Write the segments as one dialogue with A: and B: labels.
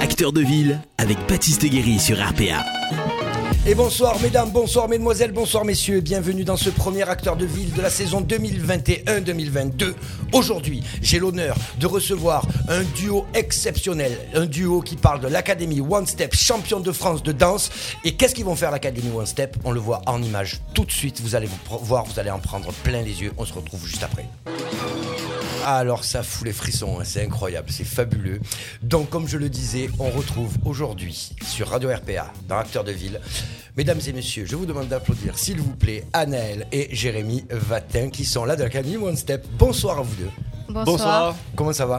A: Acteur de ville avec Baptiste Guéry sur RPA.
B: Et bonsoir mesdames, bonsoir mesdemoiselles, bonsoir messieurs, bienvenue dans ce premier acteur de ville de la saison 2021-2022. Aujourd'hui, j'ai l'honneur de recevoir un duo exceptionnel, un duo qui parle de l'Académie One Step, champion de France de danse. Et qu'est-ce qu'ils vont faire l'Académie One Step On le voit en image tout de suite, vous allez vous pro- voir, vous allez en prendre plein les yeux, on se retrouve juste après. Alors ça fout les frissons, hein, c'est incroyable, c'est fabuleux. Donc comme je le disais, on retrouve aujourd'hui sur Radio RPA, dans Acteur de Ville, mesdames et messieurs, je vous demande d'applaudir s'il vous plaît Anaël et Jérémy Vatin qui sont là de l'Académie One Step. Bonsoir à vous deux.
C: Bonsoir.
B: Comment ça va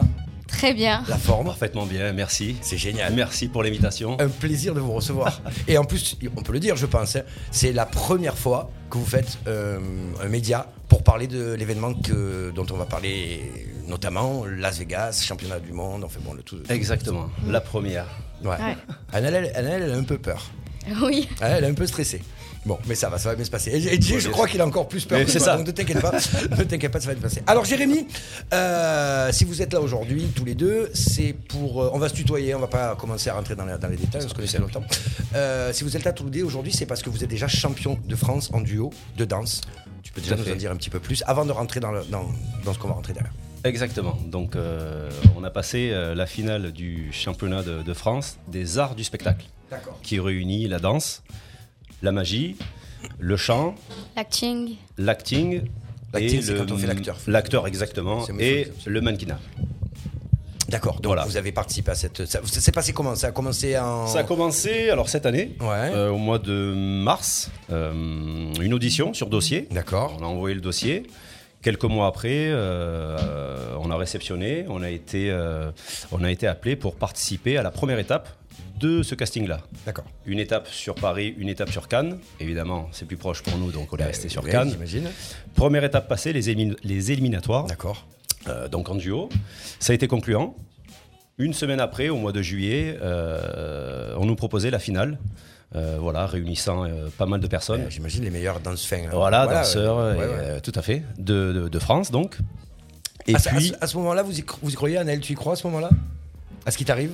C: Très bien.
B: La forme
D: Parfaitement bien, merci.
B: C'est génial. Euh,
D: Merci pour l'invitation.
B: Un plaisir de vous recevoir. Et en plus, on peut le dire, je pense, hein, c'est la première fois que vous faites euh, un média pour parler de l'événement que- dont on va parler, notamment Las Vegas, championnat du monde, enfin bon, le tout.
D: Exactement, la première.
B: Ouais.
C: Ouais.
B: Annelle, elle, Annelle, elle a un peu peur.
C: Oui.
B: Elle, elle est un peu stressée. Bon, mais ça va, ça va bien se passer. Et, et Jay, je crois qu'il a encore plus peur.
D: Mais
B: que
D: c'est
B: toi,
D: ça.
B: Donc ne t'inquiète pas, ne t'inquiète pas, ça va bien se passer. Alors Jérémy, euh, si vous êtes là aujourd'hui, tous les deux, c'est pour... euh, on va se tutoyer, on va pas commencer à rentrer dans, la- dans les détails, on se connaissait longtemps. Euh, si vous êtes là tous les deux aujourd'hui, c'est parce que vous êtes déjà champion de France en duo de danse. Tu peux déjà
D: Tout à
B: nous en
D: fait.
B: dire un petit peu plus avant de rentrer dans, le- dans, dans ce qu'on va rentrer derrière.
D: Exactement, donc euh, on a passé euh, la finale du championnat de, de France des arts du spectacle,
B: D'accord.
D: qui réunit la danse, la magie, le chant,
C: L'acting.
D: l'acting.
B: L'acting,
D: et
B: c'est
D: le-
B: quand on fait l'acteur.
D: L'acteur, exactement,
B: C'est mes
D: et
B: choses, c'est
D: le mannequinat.
B: D'accord, donc
D: Voilà.
B: vous avez participé à cette... Ça, ça s'est passé comment Ça a commencé en...
D: Ça a commencé, alors cette année,
B: Oh. Ouais.
D: euh, au mois de mars, euh, une audition sur dossier.
B: D'accord.
D: On a envoyé le dossier. Quelques mois après, euh, on a réceptionné, on a été, euh, on a été appelé pour participer à la première étape de ce casting-là.
B: D'accord.
D: Une étape sur Paris, une étape sur Cannes. Évidemment, c'est plus proche pour nous, donc on est resté sur
B: Ouais,
D: Cannes.
B: Euh, J'imagine.
D: Première étape passée, les, élimin- les éliminatoires,
B: D'accord.
D: euh, donc en duo. Ça a été concluant. Une semaine après, au mois de juillet, euh, on nous proposait la finale, euh, voilà, réunissant euh, pas mal de personnes.
B: Euh, J'imagine les meilleurs dans ce fin. hein.
D: Voilà, danseur,
B: ouais, ouais,
D: et,
B: ouais.
D: euh, tout à fait, de, de- de France donc. Et
B: à, ce- Ah, à
D: puis,
B: ce- à ce moment-là, vous y, cro- vous y croyez, Annel Tu y crois à ce moment-là À ce qui t'arrive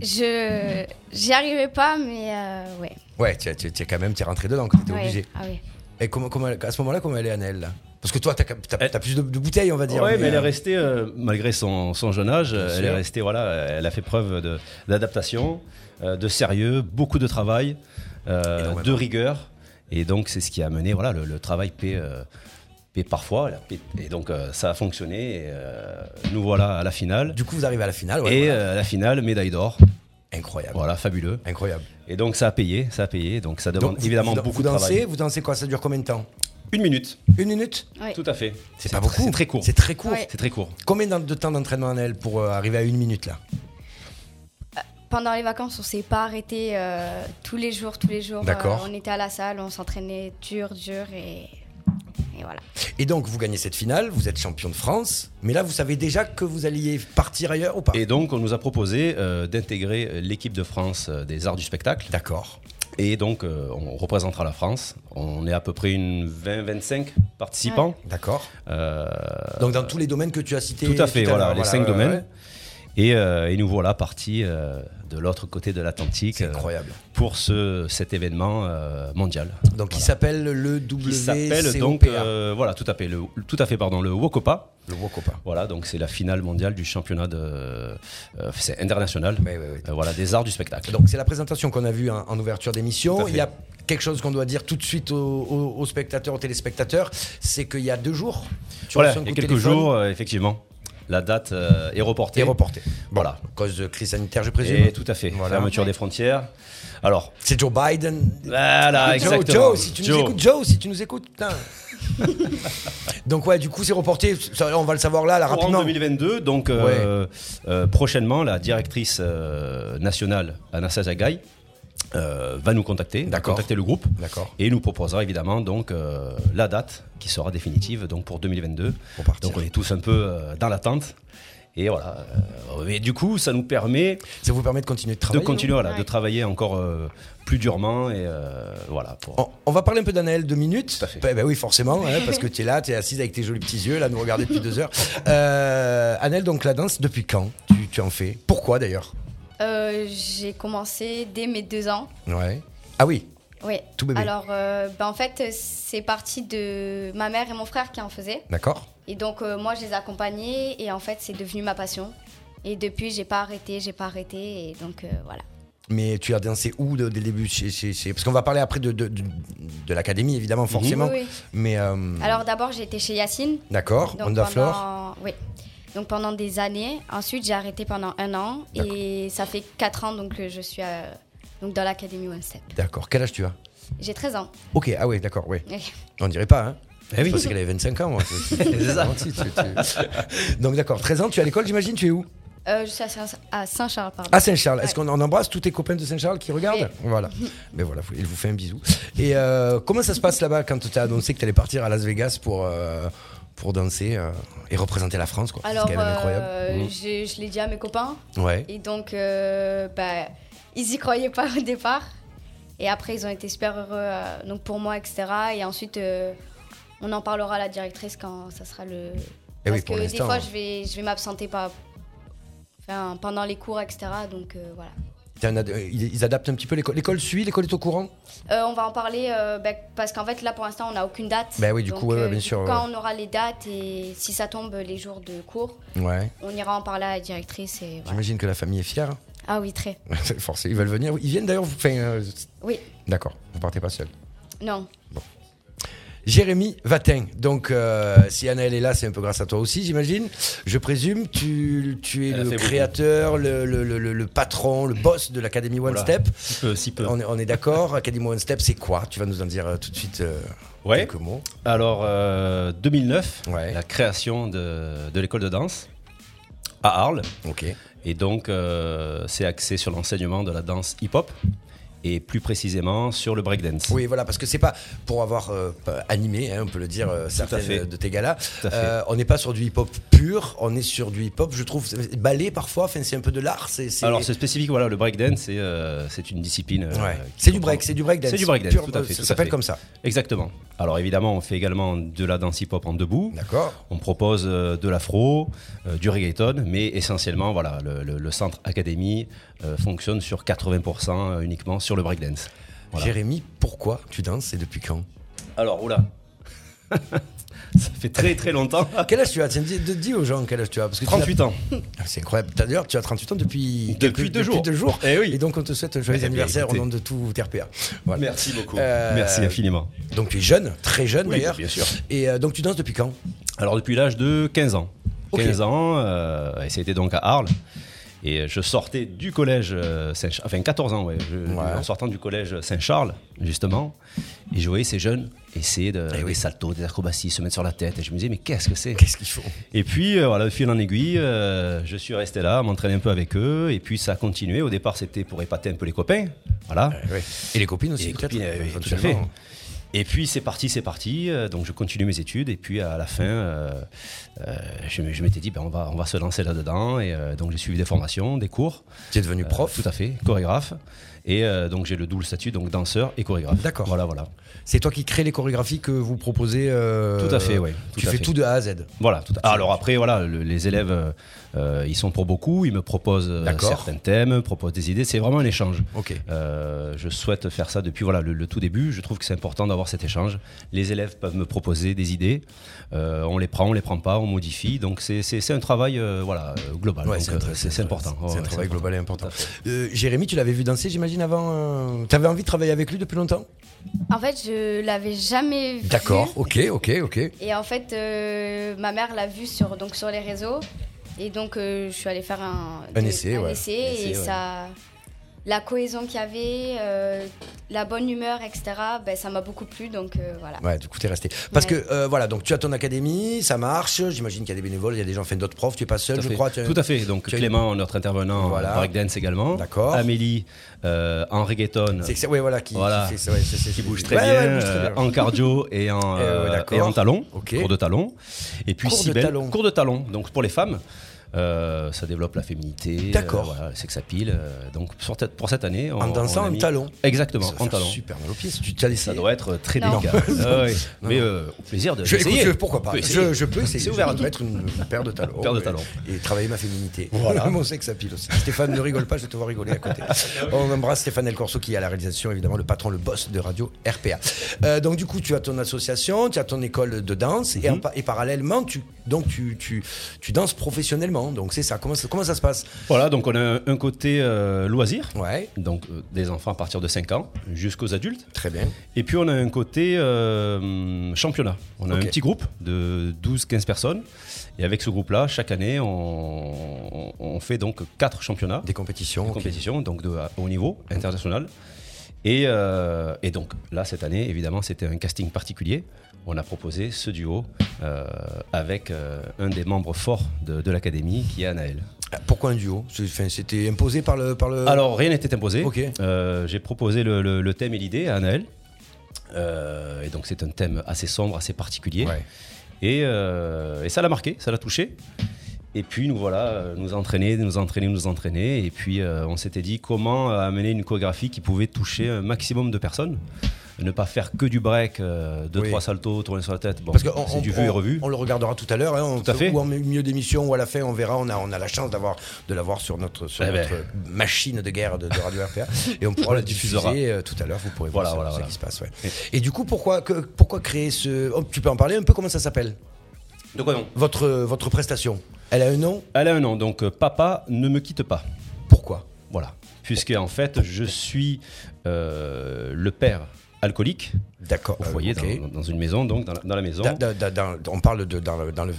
C: Je. J'y arrivais pas, mais euh, ouais.
B: Ouais, tu tu- tu es quand même tu es rentré dedans, quand t'es
C: Ouais.
B: obligé.
C: Ah oui.
B: Et comment, comment, elle- à ce moment-là, comment elle est, Annel là Parce que toi, t'as as, plus de, de bouteilles, on va dire.
D: Ouais, mais elle est
B: euh,
D: restée, euh, malgré son, son jeune âge, euh,
B: sûr.
D: elle est restée, voilà, elle a fait preuve de- d'adaptation, euh, de sérieux, beaucoup de travail, euh,
B: Énormément.
D: de rigueur. Et donc, c'est ce qui a amené, voilà, le, le travail paie, euh, paie parfois. la paie- et donc, euh, ça a fonctionné. Et, euh, nous voilà à la finale.
B: Du coup, vous arrivez à la finale. ouais,
D: et
B: voilà. Ah
D: euh, à la finale, médaille d'or.
B: Incroyable.
D: Voilà, fabuleux.
B: Incroyable.
D: Et donc, ça a payé, ça a payé. Donc, ça demande
B: vous-
D: évidemment
B: vous,
D: beaucoup
B: vous
D: de
B: dansez,
D: travail.
B: Vous dansez quoi Ça dure combien de temps
D: Une minute,
B: Une minute
C: Ouais.
D: tout à fait.
B: C'est pas
D: tr-
B: beaucoup.
D: C'est très court.
B: C'est très court.
C: Ouais.
D: C'est très court.
B: Combien d'en- de temps d'entraînement, Annel, pour euh, arriver à une minute là
C: Pendant les vacances, on s'est pas arrêté euh, tous les jours, tous les jours.
B: D'accord.
C: Euh, on était à la salle, on s'entraînait dur, dur et. Et voilà.
B: Et donc, vous gagnez cette finale, vous êtes champion de France, mais là, vous savez déjà que vous alliez partir ailleurs ou pas
D: Et donc, on nous a proposé euh, d'intégrer euh, l'équipe de France euh, des arts du spectacle.
B: D'accord.
D: Et donc, euh, on représentera la France. On est à peu près une 20-25 participants.
B: D'accord.
D: Euh,
B: Donc, dans tous les domaines que tu as cités.
D: tout à fait, voilà,
B: l'heure,
D: les cinq
B: ouais,
D: domaines.
B: ouais.
D: Et, euh, et nous voilà partis euh, de l'autre côté de l'Atlantique
B: C'est
D: euh,
B: incroyable.
D: pour ce, cet événement euh, mondial.
B: Donc, qui s'appelle le W.
D: Qui s'appelle donc, euh, voilà, tout à fait, le, tout à fait, pardon, le Wokopa.
B: le Wokopa.
D: Voilà, donc c'est la finale mondiale du championnat de, euh, c'est international.
B: Oui, oui, oui.
D: Euh, voilà, des arts du spectacle.
B: Donc, c'est la présentation qu'on a vue hein, en, en ouverture
D: Tout
B: d'émission.
D: à fait.
B: Il y a quelque chose qu'on doit dire tout de suite aux, aux- aux spectateurs, aux téléspectateurs c'est qu'il y a deux jours, tu
D: voilà,
B: reçois un
D: il y a
B: coup de
D: quelques
B: téléphone
D: jours, euh, effectivement, la date euh, est reportée.
B: et reporté.
D: Voilà.
B: À cause de crise sanitaire, je présume.
D: Et tout à fait,
B: Voilà.
D: fermeture des frontières. Alors,
B: C'est Joe Biden.
D: voilà,
B: Joe,
D: exactement.
B: Joe, si tu nous
D: Joe.
B: écoutes, Joe, si tu nous écoutes, putain. Donc ouais, du coup, c'est reporté. Ça, on va le savoir là, là
D: Courant
B: rapidement.
D: 2022, donc euh, euh, prochainement, la directrice euh, nationale, Anastasia Gaï, euh, va nous contacter, va
B: D'accord.
D: contacter le groupe,
B: D'accord.
D: et nous proposera évidemment donc euh, la date qui sera définitive donc pour 2022.
B: Pour partir.
D: Donc on est tous un peu euh, dans l'attente. Et voilà. Euh, mais du coup, ça nous permet
B: Ça vous permet de continuer de
D: de
B: travailler. hein.
D: continuer, voilà, de
C: Ouais.
D: travailler encore euh, plus durement et euh, voilà. Pour...
B: On, on va parler un peu d'Anaël deux minutes.
D: Tout à fait.
B: Bah, bah oui, forcément, hein, parce que tu es là, tu es assise avec tes jolis petits yeux, là, nous regarder depuis deux heures. Euh, Anaël, donc la danse, depuis quand tu, tu en fais Pourquoi d'ailleurs
C: Euh, j'ai commencé dès mes deux ans.
B: Ouais. Ah oui.
C: Oui.
B: Tout bébé.
C: Alors, euh, ben, en fait, c'est parti de ma mère et mon frère qui en faisaient.
B: D'accord.
C: Et donc, euh, moi, je les accompagnais et en fait, c'est devenu ma passion. Et depuis, j'ai pas arrêté, j'ai pas arrêté. Et donc, euh, voilà.
B: Mhm. Mais tu as dansé où de- dès le début chez, chez- chez- Parce qu'on va parler après de, de, de- de l'académie, évidemment,
D: Mhm.
B: forcément.
C: Oui, oui.
B: Mais. euh,
C: Alors, d'abord, j'ai été chez Yacine.
B: D'accord,
C: Donc,
B: Onda
C: pendant-
B: Flore.
C: Oui. Donc, pendant des années. Ensuite, j'ai arrêté pendant un an.
B: D'accord.
C: Et ça fait quatre ans donc, que je suis euh, donc, dans l'Académie One Step.
B: D'accord. Quel âge tu as
C: J'ai 13 ans. Euh,
B: Ok, ah oui, d'accord, oui.
C: Oui.
B: On dirait pas, hein
D: Eh oui.
B: Je pensais qu'elle avait 25 ans, moi. C'est
D: ça.
B: gentil, tu- tu- Donc, d'accord, 13 ans, tu es à l'école, j'imagine, tu es où
C: Euh, je suis à Saint- à Saint-Charles, pardon.
B: À Saint-Charles. Est-ce
C: Ouais.
B: qu'on en embrasse tous tes copains de Saint-Charles qui regardent Voilà. Mais voilà, il vous fait un bisou. Et euh, comment ça se passe là-bas quand tu as annoncé que tu allais partir à Las Vegas pour, euh, pour danser euh, et représenter la France, quoi
C: Alors,
B: C'est quand même incroyable. Mhm.
C: euh, j'ai- je l'ai dit à mes copains.
B: Ouais.
C: Et donc, euh, bah, ils y croyaient pas au départ. Et après, ils ont été super heureux euh, donc pour moi, etc. Et ensuite, euh, on en parlera à la directrice quand ça sera le.
B: Eh
C: Parce
B: oui, pour
C: que des
B: l'instant,
C: fois,
B: hein.
C: je vais, je vais m'absenter pas. Enfin, pendant les cours, etc. Donc euh, voilà.
B: T'as un ad- euh, Ils ils adaptent un petit peu l'école. L'école suit, l'école est au courant
C: Euh, on va en parler euh, bah, parce qu'en fait, là pour l'instant, on n'a aucune date.
B: Bah oui, du
C: Donc, euh,
B: coup, ouais, ouais, bien sûr,
C: Quand on aura les dates et si ça tombe les jours de cours,
B: Ouais.
C: on ira en parler à la directrice. Et voilà.
B: J'imagine que la famille est fière. hein.
C: Ah oui, très.
B: Forcément, ils veulent venir. Ils viennent d'ailleurs. vous- Enfin, euh,
C: Oui,
B: D'accord, vous partez pas seul.
C: non.
B: Jérémy Vatin. Donc, euh, si Anna elle est là, c'est un peu grâce à toi aussi, j'imagine. Je présume, tu, tu es
D: Elle a
B: le
D: fait beaucoup.
B: créateur, le, le- le- le- le patron, le boss de l'Académie One
D: Voilà.
B: Step.
D: Si peu, si peu.
B: On est, on est d'accord, Académie One Step, c'est quoi Tu vas nous en dire euh, tout de suite euh,
D: Ouais.
B: quelques mots.
D: Alors, euh, 2009,
B: Ouais.
D: la création de, de l'école de danse à Arles.
B: Ok.
D: Et donc, euh, c'est axé sur l'enseignement de la danse hip-hop et plus précisément sur le breakdance.
B: Oui, voilà, parce que c'est pas pour avoir euh, pas- animé, hein, on peut le dire, euh, certaines
D: fait.
B: de tes galas.
D: à fait.
B: euh, on n'est pas sur du hip-hop pur, on est sur du hip-hop, je trouve, c'est- ballet parfois, enfin, c'est un peu de l'art. C'est, c'est-
D: Alors, c'est spécifique, voilà, le breakdance, c'est euh, c'est une discipline. euh,
B: Ouais.
D: qui
B: C'est du
D: comprend-
B: break, c'est du breakdance.
D: C'est du breakdance,
B: Pur-
D: tout à fait.
B: Ça
D: tout à
B: s'appelle
D: fait.
B: comme ça.
D: Exactement. Alors, évidemment, on fait également de la danse hip-hop en debout.
B: D'accord.
D: On propose euh, de l'afro, euh, du reggaeton, mais essentiellement, voilà, le, le- le centre académie euh, fonctionne sur 80% euh, uniquement sur le breakdance. Voilà.
B: Jérémy, pourquoi tu danses et depuis quand
D: Alors, oula Ça fait très très longtemps.
B: Quel âge tu as Tiens, dis, de- dis aux gens quel âge tu as. Parce que tu
D: 38 ans.
B: l'as- C'est incroyable. D'ailleurs, tu as 38 ans depuis,
D: Depuis deux jours. Eh oui.
B: Et donc, on te souhaite un joyeux
D: Eh bien,
B: anniversaire au
D: écoutez.
B: nom de tout RPA. Voilà.
D: Ah, Merci beaucoup.
B: Euh,
D: Merci infiniment.
B: Donc, tu es jeune, très jeune
D: Oui,
B: d'ailleurs.
D: bien sûr.
B: Et euh, donc, tu danses depuis quand
D: Alors depuis l'âge de 15 ans.
B: Ok.
D: 15 ans, euh, et c'était donc à Arles. Et euh, je sortais du collège euh, Saint-Charles, enfin 14 ans, ouais, je-
B: Ouais.
D: en sortant du collège Saint-Charles, justement. Et je voyais ces jeunes essayer de,
B: Eh oui.
D: des saltos, des acrobaties, se mettre sur la tête. Et je me disais, mais qu'est-ce que c'est
B: Qu'est-ce qu'il faut
D: Et puis, euh, voilà, de fil en aiguille, euh, je suis resté là, à m'entraîner un peu avec eux. Et puis, ça a continué. Au départ, c'était pour épater un peu les copains. Voilà.
B: Et les copines aussi,
D: Eh Et, les
B: peut-être
D: copines, euh, oui, tout à fait.
B: éventuellement.
D: Et puis c'est parti, c'est parti. Euh, Donc je continue mes études et puis à la fin, euh, euh, je, me- je m'étais dit ben, on, va, on va se lancer là-dedans. Et euh, donc j'ai suivi des formations, des cours.
B: Tu es devenu
D: Euh,
B: prof.
D: Tout à fait, chorégraphe. Et euh, donc j'ai le double statut, donc danseur et chorégraphe.
B: D'accord.
D: Voilà, voilà.
B: C'est toi qui crées les chorégraphies que vous proposez. euh,
D: Tout à fait, oui,
B: Tu
D: tout à
B: fais
D: fait.
B: tout de A à Z.
D: Voilà, tout à fait. Alors après, voilà, le- les élèves, euh, euh, ils sont pour beaucoup, ils me proposent euh,
B: D'accord.
D: certains thèmes, proposent des idées, c'est vraiment un échange.
B: Ok.
D: Euh, je souhaite faire ça depuis voilà, le, le tout début, je trouve que c'est important d'avoir cet échange. Les élèves peuvent me proposer des idées, Euh, on les prend, on les prend pas, on modifie, donc c'est- c'est c'est un travail euh, voilà, euh, global,
B: Ouais,
D: Donc,
B: c'est un
D: euh,
B: tra-
D: c'est c'est important.
B: Ah, C'est
D: Ouais,
B: un
D: ouais,
B: travail
D: c'est important.
B: global et important.
D: Tout à
B: Euh, Jérémy, tu l'avais vu danser, j'imagine, avant. Tu avais envie de travailler avec lui depuis longtemps
C: En fait, je l'avais jamais vu.
B: D'accord, ok, ok, ok.
C: Et en fait, euh, ma mère l'a vu sur, donc, sur les réseaux. Et donc, euh, je suis allée faire un,
B: Un essai, ouais.
C: essai,
D: Un essai,
C: et
D: ouais.
C: ça, la cohésion qu'il y avait, euh, la bonne humeur, etc., ben, ça m'a beaucoup plu. Donc, euh, voilà.
B: Ouais, du coup, t'es resté. Parce
C: Ouais.
B: que, euh, voilà, donc tu as ton académie, ça marche. J'imagine qu'il y a des bénévoles, il y a des gens, enfin d'autres profs, tu es pas seul,
D: Tout à
B: je
D: fait.
B: crois. tu as-
D: Tout à fait. Donc
B: tu as-
D: Clément, notre intervenant
B: Voilà.
D: en breakdance également.
B: D'accord.
D: Amélie euh, en reggaeton.
B: C'est que c'est- ouais, voilà, qui,
D: Voilà.
B: qui fait ça, ouais, c'est- c'est-
D: qui bouge très
B: Ouais,
D: bien,
B: ouais, bouge très
D: euh,
B: bien.
D: en cardio et en,
B: Euh,
D: euh,
B: d'accord.
D: et en talon,
B: Ok.
D: cours de talon. Et puis
B: Cours de
D: Sibelle,
B: talon.
D: cours de talon, donc pour les femmes. Euh, ça développe la féminité.
B: D'accord.
D: euh, voilà, c'est que ça pile. euh, donc sur cette- pour cette année, on-
B: En dansant
D: on a
B: en
D: mis-
B: talon.
D: Exactement,
B: Ça va
D: en
B: faire
D: talon.
B: Super mal aux pieds, si tu t'as
D: Ça
B: laissé.
D: doit être très
C: Non.
D: délicat. Ah ouais.
B: Non,
D: Mais
B: non.
D: euh, au plaisir de.
B: Je, écoute,
D: d'essayer.
B: je- pourquoi pas
D: On peut essayer.
B: je, je peux essayer.
D: C'est ouvert à
B: Je
D: tout.
B: vais mettre une, une paire de talons.
D: paire de
B: et-
D: talons.
B: Et, travailler ma féminité.
D: Voilà.
B: Moi, c'est que ça pile aussi. Stéphane, ne rigole pas, je vais te voir rigoler à côté. On embrasse Stéphane El Corso qui est à la réalisation, évidemment, le patron, le boss de Radio RPA. Euh, donc, du coup, tu as ton association, tu as ton école de danse et,
D: Mhm.
B: en pa- et parallèlement, tu, donc, tu, tu, tu danses professionnellement. Donc, c'est ça. Comment, ça. comment ça se passe
D: Voilà, donc on a un, un côté euh, loisir,
B: Ouais,
D: donc euh, des enfants à partir de 5 ans jusqu'aux adultes.
B: très bien.
D: Et puis on a un côté euh, championnat. On a
B: Ok.
D: un petit groupe de 12-15 personnes. Et avec ce groupe-là, chaque année, on, on- on fait donc quatre championnats,
B: Des compétitions.
D: des
B: ok.
D: compétitions, donc de à haut niveau, international. Et, euh, et donc là, cette année, évidemment, c'était un casting particulier. On a proposé ce duo euh, avec euh, un des membres forts de, de l'académie, qui est Anaël.
B: Euh, Pourquoi un duo C'est- enfin, C'était imposé par le. Par le...
D: Alors, rien n'était imposé.
B: Euh, Ok.
D: Euh, J'ai proposé le, le- le thème et l'idée à Anaël. Euh, et donc, c'est un thème assez sombre, assez particulier.
B: Ouais.
D: Et, euh, et ça l'a marqué, ça l'a touché. Et puis nous voilà, euh, nous entraîner, nous entraîner, nous entraîner. Et puis euh, on s'était dit comment euh, amener une chorégraphie qui pouvait toucher un maximum de personnes. Ne pas faire que du break, euh, deux,
B: Oui.
D: trois saltos, tourner sur la tête. Bon,
B: Parce que on,
D: c'est
B: on-
D: du vu
B: on-
D: et revu.
B: on le regardera tout à l'heure, hein, on-
D: Tout à fait.
B: ou en milieu d'émission ou à la fin, on verra. On a, on a la chance d'avoir de l'avoir sur notre, sur
D: Eh ben.
B: notre machine de guerre de, de Radio RPA et on pourra
D: On
B: la
D: le diffusera.
B: diffuser euh, tout à l'heure. Vous pourrez
D: Voilà,
B: voir
D: voilà,
B: ce,
D: voilà.
B: qui se passe. ouais. Et du coup, pourquoi, que- pourquoi créer ce oh, Tu peux en parler un peu Comment ça s'appelle
D: De quoi donc
B: Votre votre prestation Elle a un nom
D: Elle a un nom, donc euh, Papa ne me quitte pas.
B: Pourquoi
D: Voilà. Puisque en fait, je suis euh, le père alcoolique
B: D'accord.
D: au
B: euh,
D: foyer,
B: ok.
D: dans, dans une maison, donc dans la, dans la maison.
B: Da- da- da- dans- on parle de dans le, dans le-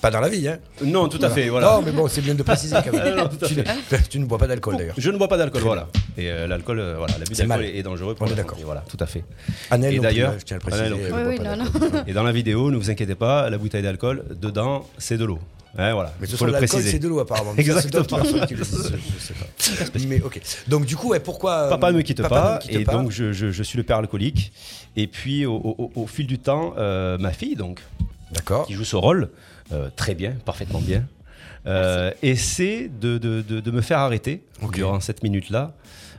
B: pas dans la vie, hein
D: Non, tout à fait, voilà.
B: Non, mais bon, c'est bien de préciser quand même.
D: Non, non, tout à
B: tu, ne, tu ne bois pas d'alcool d'ailleurs.
D: Je ne bois pas d'alcool, voilà. Et euh, l'alcool, euh, voilà, l'abus
B: C'est
D: d'alcool
B: mal.
D: est, est dangereux pour
B: On est
D: la
B: d'accord.
D: santé, Voilà, tout à fait.
B: Annelle,
D: Et
B: non plus,
D: d'ailleurs-
B: hein, je tiens à le préciser.
D: Annelle non plus.
B: elle
C: Oui,
B: boit
C: oui,
B: pas
C: non,
B: d'alcool.
C: non.
D: Et dans la vidéo, ne vous inquiétez pas, la bouteille d'alcool, dedans, c'est de l'eau. Hein, voilà,
B: Mais ce
D: il
B: sont
D: faut le
B: l'alcool,
D: préciser.
B: c'est de l'eau apparemment. Mais ça, c'est d'autres
D: Exactement.
B: personnes qui le disent, je- je sais pas. Mais ok. Donc du coup, ouais, pourquoi euh,
D: Papa ne me quitte
B: Papa
D: pas,
B: ne me quitte
D: et
B: pas
D: donc je, je- je suis le père alcoolique. Et puis au, au- au- au fil du temps, euh, ma fille, donc,
B: D'accord.
D: qui joue ce rôle euh, très bien, parfaitement bien, euh, essaie de, de- de- de me faire arrêter
B: Ok.
D: durant cette minute-là.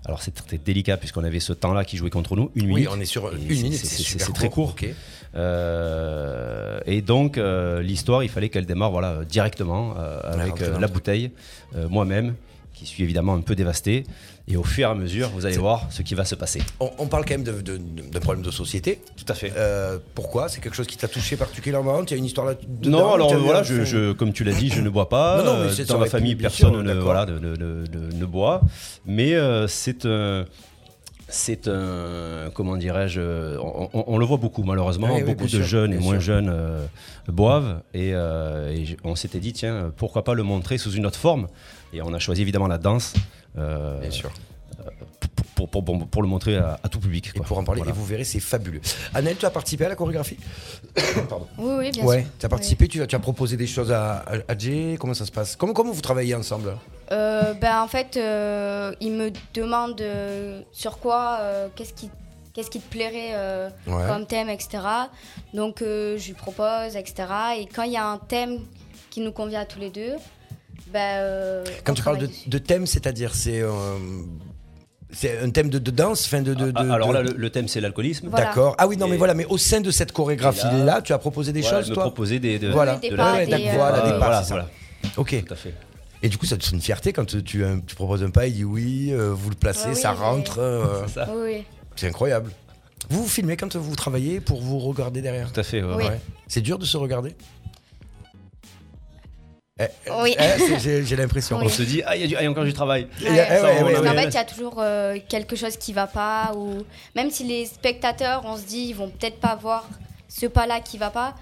D: Alors c'était délicat puisqu'on avait ce temps-là qui jouait contre nous, une minute.
B: Oui, on est sur
D: Et
B: une
D: c'est-
B: minute.
D: c'est-
B: super
D: c'est- c'est très court.
B: ok.
D: Euh, et donc euh, l'histoire, il fallait qu'elle démarre voilà euh, directement euh, avec
B: rentrée
D: euh,
B: dans
D: la
B: le-
D: bouteille, euh, moi-même, qui suis évidemment un peu dévasté. Et au fur et à mesure, vous allez voir ce qui va se passer.
B: On, on parle quand même de- de- de- d'un problème de société.
D: Tout à fait.
B: Euh, pourquoi C'est quelque chose qui t'a touché particulièrement Tu as une histoire là dedans
D: non, alors
B: Tu as eu
D: voilà,
B: un
D: je,
B: fond-
D: je- comme tu l'as dit, je ne bois pas.
B: Non, non, mais
D: Euh,
B: c'est- ça
D: Dans ma
B: aurait pu,
D: famille,
B: bien
D: personne
B: sûr,
D: ne,
B: d'accord.
D: voilà, ne, ne- ne- ne- ne boit. Mais euh, c'est un. C'est un. Comment dirais-je euh, on, on- on le voit beaucoup, malheureusement.
B: Oui, oui,
D: beaucoup de
B: bien sûr,
D: jeunes et
B: bien
D: moins
B: sûr.
D: jeunes euh, boivent. Et, euh, et j- on s'était dit, tiens, pourquoi pas le montrer sous une autre forme Et on a choisi évidemment la danse. euh,
B: Bien sûr.
D: Pour, pour- pour- pour le montrer à, à tout public.
B: Et
D: quoi.
B: pour en parler,
D: Voilà.
B: et vous verrez, c'est fabuleux. Annelle, tu as participé à la chorégraphie Pardon.
C: Oui, oui, bien
B: ouais,
C: sûr.
B: tu as participé, tu, as, tu as proposé des choses à, à, à Jay, comment ça se passe comment, comment vous travaillez ensemble
C: Euh, ben, en fait, euh, il me demande euh, sur quoi, euh, qu'est-ce qui, qu'est-ce qui te plairait euh,
B: Ouais.
C: comme thème, etc. Donc euh, je lui propose, etc. Et quand il y a un thème qui nous convient à tous les deux, ben, euh,
B: Quand
C: on
B: tu parles de,
C: travaille dessus.
B: de thème, c'est-à-dire c'est euh, c'est un thème de, de danse, fin de, de, de-
D: Ah, Alors
B: de-
D: là, le, le thème, c'est l'alcoolisme.
C: Voilà.
B: d'accord. Ah oui, non, mais
D: Et-
B: voilà, mais au sein de cette chorégraphie là, tu as proposé des
D: Voilà,
B: choses,
D: me
B: toi.
D: proposer des. de-
B: Voilà.
C: Oui, des
D: de
C: pas,
D: la-
C: des, euh,
B: voilà, des
D: Euh,
B: pas,
D: voilà,
B: c'est ça.
D: voilà.
B: Ok.
D: Tout à fait.
B: Et du coup, ça te fait une fierté quand tu, tu, euh, tu proposes un pas, il dit oui, euh, vous le placez,
C: Ouais, Bah oui,
B: ça
C: mais-
B: rentre. euh,
D: ça.
C: Oui, oui.
B: c'est incroyable. Vous vous filmez quand vous travaillez pour vous regarder derrière.
D: Tout à fait. ouais.
C: Oui.
B: C'est dur de se regarder. Eh, eh,
C: Oui.
B: eh, c'est- j'ai- j'ai l'impression.
D: On se dit, ah, il y, a du- ah, il y a encore du travail.
B: Et- eh, ouais,
C: Ouais.
B: ouais,
D: on
C: Parce
B: ouais.
C: qu'en
D: mais-
C: fait, il y a toujours euh, quelque chose qui va pas, ou même si les spectateurs, on se dit, ils vont peut-être pas voir ce pas-là qui va pas,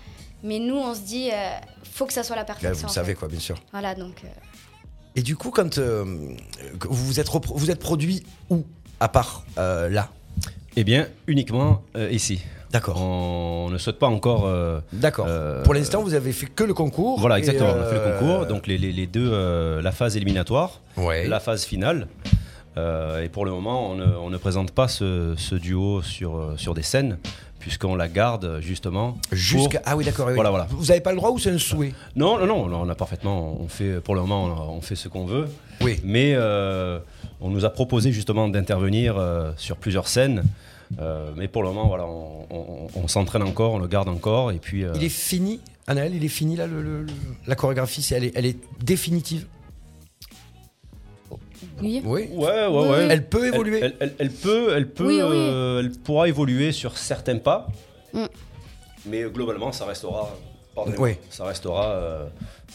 C: mais nous, on se dit, euh, faut que ça soit la
B: Là,
C: perfection.
B: Bah, vous le
C: en
B: savez
C: fait.
B: quoi, bien sûr.
C: Voilà, donc. euh,
B: Et du coup, quand euh, que vous vous êtes, repro- vous êtes produit où À part euh, là.
D: Eh bien, uniquement euh, ici.
B: D'accord.
D: On ne souhaite pas encore. euh,
B: D'accord.
D: Euh,
B: Pour l'instant, vous avez fait que le concours.
D: voilà,
B: et,
D: exactement. On a fait le
B: euh,
D: concours. Donc, les, les- les deux, euh, la phase éliminatoire,
B: Ouais.
D: la phase finale. Euh, et pour le moment, on ne, on ne présente pas ce, ce duo sur, euh, sur des scènes puisqu'on la garde justement. pour-
B: Jusqu'à. Ah oui, d'accord. oui, oui.
D: Voilà, voilà.
B: Vous n'avez pas le droit ou c'est un souhait
D: Non, non, non, non, on a parfaitement, on fait, pour le moment, on- on fait ce qu'on veut.
B: Oui.
D: Mais euh, on nous a proposé justement d'intervenir euh, sur plusieurs scènes. Euh, mais pour le moment, voilà, on, on- on s'entraîne encore, on le garde encore, et puis. euh,
B: Il est fini, Anaël, il est fini là, le- le- le- la chorégraphie, c'est, elle, est, elle est définitive.
E: Oui.
B: Oui.
D: Ouais, ouais,
E: Oui,
D: ouais.
E: oui.
B: Elle peut
D: Elle-
B: évoluer.
D: Elle, elle- elle peut, elle peut,
E: Oui, oui.
D: euh, elle pourra évoluer sur certains pas,
C: Mm.
D: mais euh, globalement, ça restera. pardon,
B: Oui.
D: Ça restera, euh,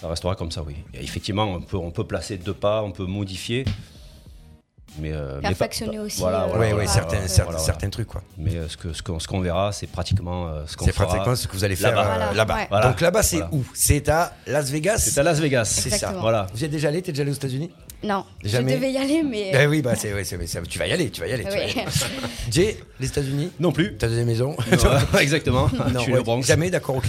D: ça restera comme ça, oui. Et effectivement, on peut, on peut placer deux pas, on peut modifier, mais euh, mais pas-
C: Perfectionner aussi,
D: Voilà,
C: euh,
D: voilà,
B: Oui,
C: ouais,
D: voilà,
B: oui,
C: ouais,
D: voilà,
B: certains,
D: voilà,
B: certains,
D: voilà.
B: certains trucs, quoi.
D: Mais euh, ce que, ce qu'on, ce qu'on verra, c'est pratiquement euh, ce qu'on
B: C'est
D: fera.
B: pratiquement ce que vous allez faire
D: là-bas.
B: euh,
C: Voilà,
B: là-bas.
C: ouais.
D: Voilà.
B: Donc là-bas, c'est
D: Voilà.
B: où C'est à Las Vegas
D: C'est à Las Vegas.
B: C'est ça.
C: Exactement.
D: Voilà.
B: Vous y êtes déjà allé T'es déjà allé aux États-Unis
C: Non,
B: Jamais.
C: je devais y aller, mais. euh,
B: Ben oui, bah, c'est, ouais, c'est- c'est- tu vas y aller, tu vas y aller. tu vas y
C: Oui.
B: aller. Jay, les États-Unis
D: Non plus.
B: Ta deuxième maison
D: Non, exactement. je suis
B: ouais,
D: le Bronx.
B: Jamais, d'accord, ok.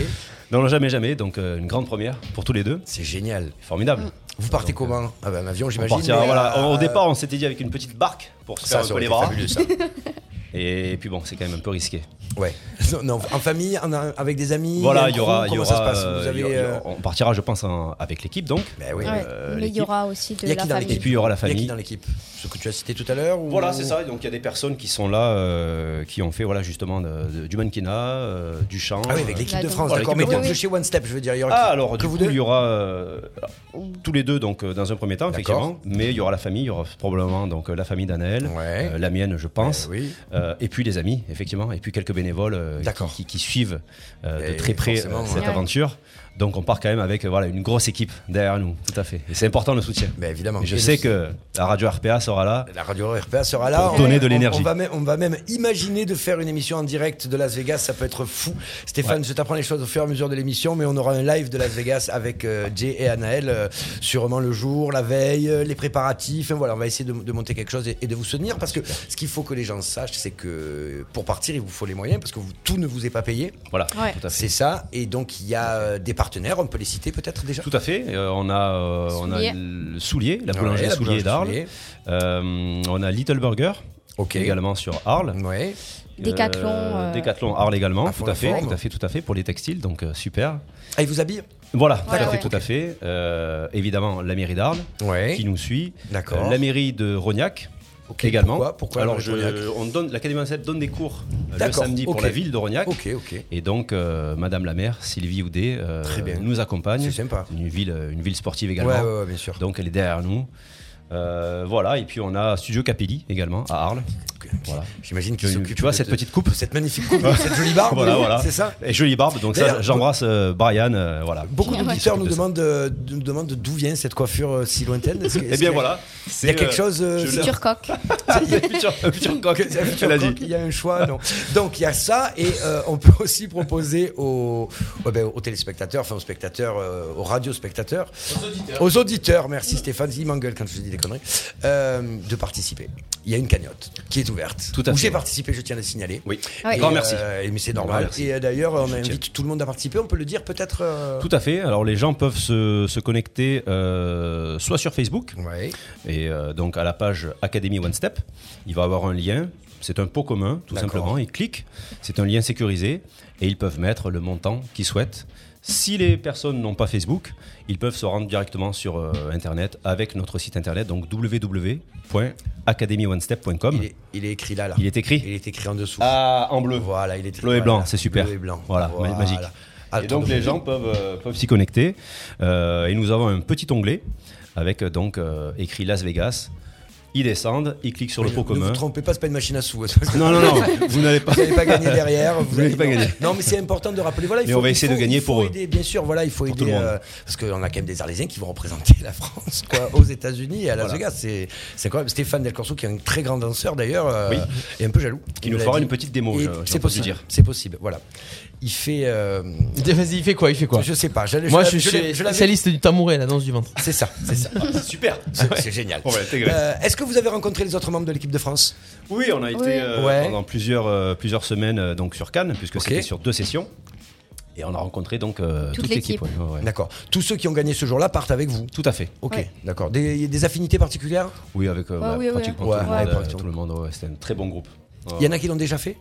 D: Non, non, jamais, jamais. Donc euh, une grande première pour tous les deux.
B: C'est génial.
D: Formidable.
B: Vous partez
D: Donc, euh,
B: comment Ah ben, en avion,
D: On
B: j'imagine.
D: partira,
B: mais,
D: voilà.
B: euh,
D: Au départ, on s'était dit avec une petite barque pour se
B: ça, ça
D: faire un peu
B: aurait
D: les
B: été
D: bras.
B: fabuleux, ça.
D: Et puis bon, c'est quand même un peu risqué.
B: Ouais. Non, non, en famille, en- avec des amis. un
D: Voilà, il y
B: crew,
D: aura, il y
B: Comment ça se
D: aura,
B: passe Vous
D: euh, il y
B: avez.
D: aura-
B: euh,
D: on partira, je pense, en- avec l'équipe donc.
B: Ben oui.
C: Ouais,
D: Euh,
C: mais il y
D: l'équipe.
C: aura aussi de
B: Il y a
C: la
B: qui dans
C: famille.
B: l'équipe
D: Et puis, il y aura la
B: Il y a qui
D: famille.
B: dans l'équipe Ce que tu as cité tout à l'heure ou-
D: Voilà, c'est ça. Donc il y a des personnes qui sont là, euh, qui ont fait voilà justement de- de- du mannequinat, euh, du chant.
B: Ah oui, avec
D: euh,
B: l'équipe
C: Là,
B: de
C: donc.
B: France,
D: Voilà,
B: d'accord. Mais
D: l'équipe de
B: donc,
D: France.
B: de chez One Step, je veux dire, il y aura
D: Ah
B: qui-
D: alors
B: que
D: du
B: vous
D: coup
B: deux
D: il y aura euh, tous les deux donc euh, dans un premier temps effectivement, mais il y aura la famille, il y aura probablement donc euh, la famille d'Anaël,
B: Ouais.
D: euh, la mienne je pense,
B: Eh oui.
D: euh, et puis les amis effectivement, et puis quelques bénévoles euh,
B: D'accord.
D: qui, qui- qui suivent euh,
B: Et
D: de très près
B: forcément,
D: euh, cette
C: ouais.
D: aventure. Donc on part quand même avec euh, voilà une grosse équipe derrière nous, tout à fait. Et c'est important le soutien.
B: Ben évidemment.
D: Et je
B: Et
D: sais
B: le-
D: que la radio RPA sera là.
B: La radio RPA sera là.
D: Pour
B: On-
D: donner de
B: on-
D: l'énergie.
B: On, va même- on va même imaginer de faire une émission en direct de Las Vegas. Ça peut être fou. Stéphane, je t'apprends les choses au fur et à mesure de l'émission, mais on aura un live de Las Vegas avec euh, Jay et Anaël, euh, sûrement le jour, la veille, euh, les préparatifs. Enfin, voilà, on va essayer de, de monter quelque chose et, et de vous soutenir parce que ce qu'il faut que les gens sachent, c'est que pour partir, il vous faut les moyens parce que vous- tout ne vous est pas payé.
D: Voilà,
C: Ouais.
D: tout à fait.
B: C'est ça. Et donc, il y a euh, des partenaires. On peut les citer peut-être déjà.
D: Tout à fait. Euh, on a euh, on a
C: Soulier.
D: le soulier, la
B: Ouais,
D: boulangerie
B: la boulangerie
D: soulier d'Arles.
B: Soulier.
D: Euh, on a Little Burger
B: Ok.
D: également sur Arles.
B: Ouais.
C: Décathlon, euh,
D: Décathlon Arles également,
B: à fond
D: tout à
B: la
D: fait,
B: forme.
D: tout à fait, tout à fait pour les textiles, donc euh, super.
B: Ah, ils vous habillent
D: Voilà, tout à
C: Ouais,
D: fait,
C: ouais.
D: tout à fait. Euh, évidemment, la mairie d'Arles
B: Ouais.
D: qui nous suit.
B: D'accord.
D: Euh, la mairie de Rognac.
B: Ok,
D: également.
B: pourquoi- pourquoi la
D: Alors,
B: mairie
D: je,
B: de Rognac
D: on donne, l'Académie 27 donne des cours euh, le
B: D'accord,
D: samedi pour
B: ok.
D: la ville de Rognac.
B: Ok, ok.
D: Et donc, euh, Madame la maire, Sylvie Houdet, euh,
B: Très bien.
D: nous accompagne.
B: C'est sympa.
D: Une ville, une ville sportive
B: Ouais,
D: également.
B: ouais, ouais, bien sûr.
D: Donc, elle est derrière nous. Euh, voilà, et puis on a Studio Capelli également à Arles. Voilà.
B: J'imagine
D: Tu,
B: qu'ils s'occupent.
D: tu vois
B: de-
D: cette
B: de-
D: petite coupe
B: de cette magnifique coupe, de cette jolie barbe.
D: Voilà, voilà.
B: Ah C'est ça.
D: Et jolie barbe, donc
B: D'ailleurs,
D: ça, j'embrasse euh, Brian. euh, voilà.
B: Beaucoup
D: Qui
B: d'auditeurs
D: s'occupe
B: nous
D: de ça.
B: demandent, euh, de- nous demandent d'où vient cette coiffure euh, si lointaine. Est-ce que- est-ce
D: Eh bien
B: que-
D: voilà.
B: Il y a quelque chose. euh,
D: je
B: c'est-
D: l'ai-
C: Futur coq.
D: Futur futur coq,
B: que- c'est un futur
D: elle a
B: coq,
D: dit.
B: Il y a un choix, non. Donc il y a ça, et euh, on peut aussi proposer aux, aux, ben, aux téléspectateurs, enfin aux spectateurs, euh, aux radiospectateurs, aux auditeurs. merci Stéphane, il m'engueule quand je dis des conneries, euh, de participer. Il y a une cagnotte qui est ouverte.
D: Tout à
B: Où
D: fait.
B: j'ai participé, je tiens à le signaler.
D: Oui.
C: Ouais.
B: Et,
D: Grand merci.
B: euh, et mais c'est
D: Grand
B: normal.
D: merci.
B: Et euh, d'ailleurs, on invite
D: tiens.
B: tout le monde à participer. On peut le dire peut-être. euh,
D: Tout à fait. Alors les gens peuvent se, se connecter euh, soit sur Facebook
B: Ouais.
D: et euh, donc à la page Academy One Step, il va avoir un lien. C'est un pot commun, tout
B: D'accord.
D: simplement. Ils cliquent. C'est un lien sécurisé et ils peuvent mettre le montant qu'ils souhaitent. Si les personnes n'ont pas Facebook, ils peuvent se rendre directement sur euh, Internet avec notre site internet, donc www.academyonestep.com.
B: Il, est, il est écrit là, là.
D: Il est écrit
B: Il est écrit en dessous.
D: Ah, en bleu.
B: Voilà, il est écrit.
D: Bleu et
B: voilà.
D: blanc, c'est super.
B: Bleu et blanc.
D: Voilà, ma- magique.
B: Ah,
D: et donc les gens peuvent, euh, peuvent s'y connecter. Euh, et nous avons un petit onglet avec euh, donc euh, écrit Las Vegas. Ils descendent, ils cliquent sur
B: Ne
D: le pot
B: ne vous
D: commun.
B: trompez pas, c'est pas une machine à sous. hein.
D: Non, non, non, vous n'allez pas.
B: Vous n'allez pas gagner derrière. Vous,
D: Vous n'allez
B: allez-
D: pas
B: non.
D: gagner.
B: Non, mais c'est important de rappeler. Voilà, il
D: Mais
B: faut,
D: on va
B: il
D: essayer de
B: faut-
D: gagner
B: il faut
D: pour eux.
B: aider, Bien sûr, voilà, il faut
D: tout
B: aider.
D: le monde.
B: euh, parce qu'on a quand même des Arlésiens qui vont représenter la France quoi, aux États-Unis et à Las Vegas. C'est c'est incroyable. Stéphane Del Corso, qui est un très grand danseur d'ailleurs, euh,
D: Oui.
B: et un peu jaloux.
D: Qui
B: Il
D: nous
B: l'a
D: fera
B: dit.
D: une petite démo,
B: Et
D: je- j'ai
B: C'est
D: entendu
B: possible.
D: dire.
B: C'est possible, voilà. Il fait. euh,
F: Vas-y, il fait quoi Il fait quoi
B: Je sais pas. j'allais-
F: Moi,
B: je
F: je
B: l'avais-
F: suis
B: l'ai- l'avais-
F: spécialiste du tamouret, la danse du ventre.
B: C'est ça, c'est ça.
D: Super
B: C'est c'est génial.
D: On va l'intégrer.
B: Euh, Est-ce que vous avez rencontré les autres membres de l'équipe de France
D: Oui, on a été euh,
B: Ouais.
D: pendant plusieurs, euh, plusieurs semaines euh, donc sur Cannes, puisque
B: Ok.
D: c'était sur deux sessions. Et on a rencontré donc euh,
C: Toute
D: toute l'équipe. ouais, ouais, ouais.
B: D'accord. Tous ceux qui ont gagné ce jour-là partent avec vous.
D: Tout à fait.
B: Ok,
C: Ouais.
B: d'accord. Des, des affinités particulières
D: Oui, avec euh,
C: Ouais,
D: ouais,
C: oui, oui.
D: pratiquement
B: Ouais,
D: tout le
B: ouais,
D: monde. euh,
B: pratiquement.
D: tout le monde, ouais, c'était un très bon groupe.
B: Il y en a qui l'ont déjà fait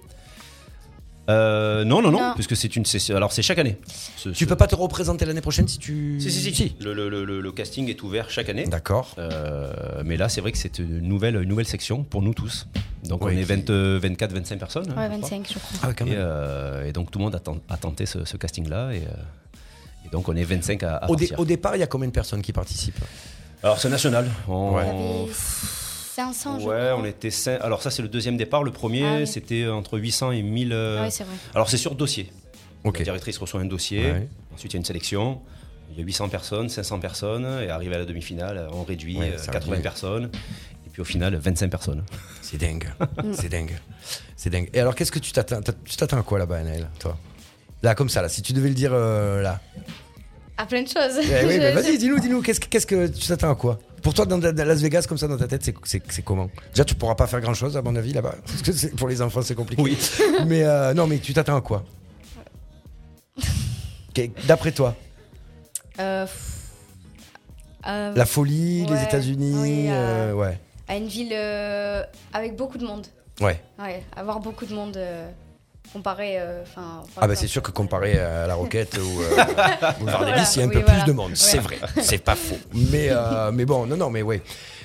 D: Euh, non, non, non,
C: Non.
D: puisque c'est une. c'est- Alors, c'est chaque année. Ce-
B: Tu
D: ce-
B: peux pas te représenter l'année prochaine si tu.
D: Euh, Si, si, si. Le, le- le- le- le casting est ouvert chaque année.
B: D'accord.
D: Euh, mais là, c'est vrai que c'est une nouvelle, une nouvelle section pour nous tous. Donc,
B: Oui.
D: on est 20, euh, 24, 25 personnes. hein,
C: Ouais,
D: je crois.
C: 25, je crois.
B: Ah, ouais, quand
D: Et,
B: même.
D: euh, et donc, tout le monde a, ten- a tenté ce, ce casting-là. Et, euh, et donc, on est 25 à, à
B: au, dé-
D: partir.
B: au départ, il y a combien de personnes qui participent
D: Alors, c'est national. On-
C: Il y avait 500, je
D: Ouais,
C: crois.
D: on était. cin- Alors, ça, c'est le deuxième départ. Le premier,
C: Ah oui.
D: c'était entre 800 et 1000. euh,
C: Ah oui, c'est vrai.
D: Alors, c'est sur dossier.
B: Ok.
D: La directrice reçoit un dossier.
B: Ouais.
D: Ensuite, il y a une sélection. Il y a 800 personnes, 500 personnes. Et arrivé à la demi-finale, on réduit
B: Ouais,
D: euh,
B: ça
D: 80
B: réduit.
D: personnes. Et puis, au final, 25 personnes.
B: C'est dingue. c'est dingue. C'est dingue. Et alors, qu'est-ce que tu t'attends t'as- Tu t'attends à quoi là-bas, Anaël, toi Là, comme ça, là, si tu devais le dire euh, là.
C: À plein de choses.
B: Eh oui,
C: Je-
B: mais
C: je-
B: vas-y, dis-nous, dis-nous, qu'est-ce que, qu'est-ce que tu t'attends à quoi Pour toi, dans, dans Las Vegas, comme ça, dans ta tête, c'est, c'est, c'est comment Déjà, tu pourras pas faire grand-chose, à mon avis, là-bas. Parce que c'est- pour les enfants, c'est compliqué.
D: Oui.
B: mais euh, non, mais tu t'attends à quoi Qu'est- D'après toi,
C: Euh, pff, euh,
B: la folie, les
C: Ouais,
B: États-Unis,
C: oui, euh,
B: euh, ouais,
C: À une ville euh, avec beaucoup de monde.
B: ouais.
C: Ouais, avoir beaucoup de monde euh, comparé. euh, enfin,
B: Ah
C: par
B: bah
C: exemple.
B: c'est sûr que comparé à la Roquette ou euh, Boulevard
C: Voilà,
B: Davis, il y a un
C: oui,
B: peu
C: voilà.
B: plus de monde, c'est vrai, c'est pas faux. Mais, euh, mais bon, non, non, mais ouais.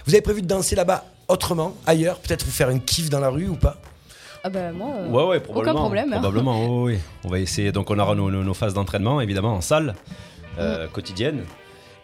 B: Vous avez prévu de danser là-bas autrement, ailleurs, peut-être vous faire une kiff dans la rue ou pas
C: Ah bah moi. euh,
D: Ouais, ouais, probablement.
C: Aucun problème. hein.
D: Probablement, oui, oui. On va essayer. Donc, on aura nos, nos- nos phases d'entraînement, évidemment, en salle euh,
C: Mm.
D: quotidienne.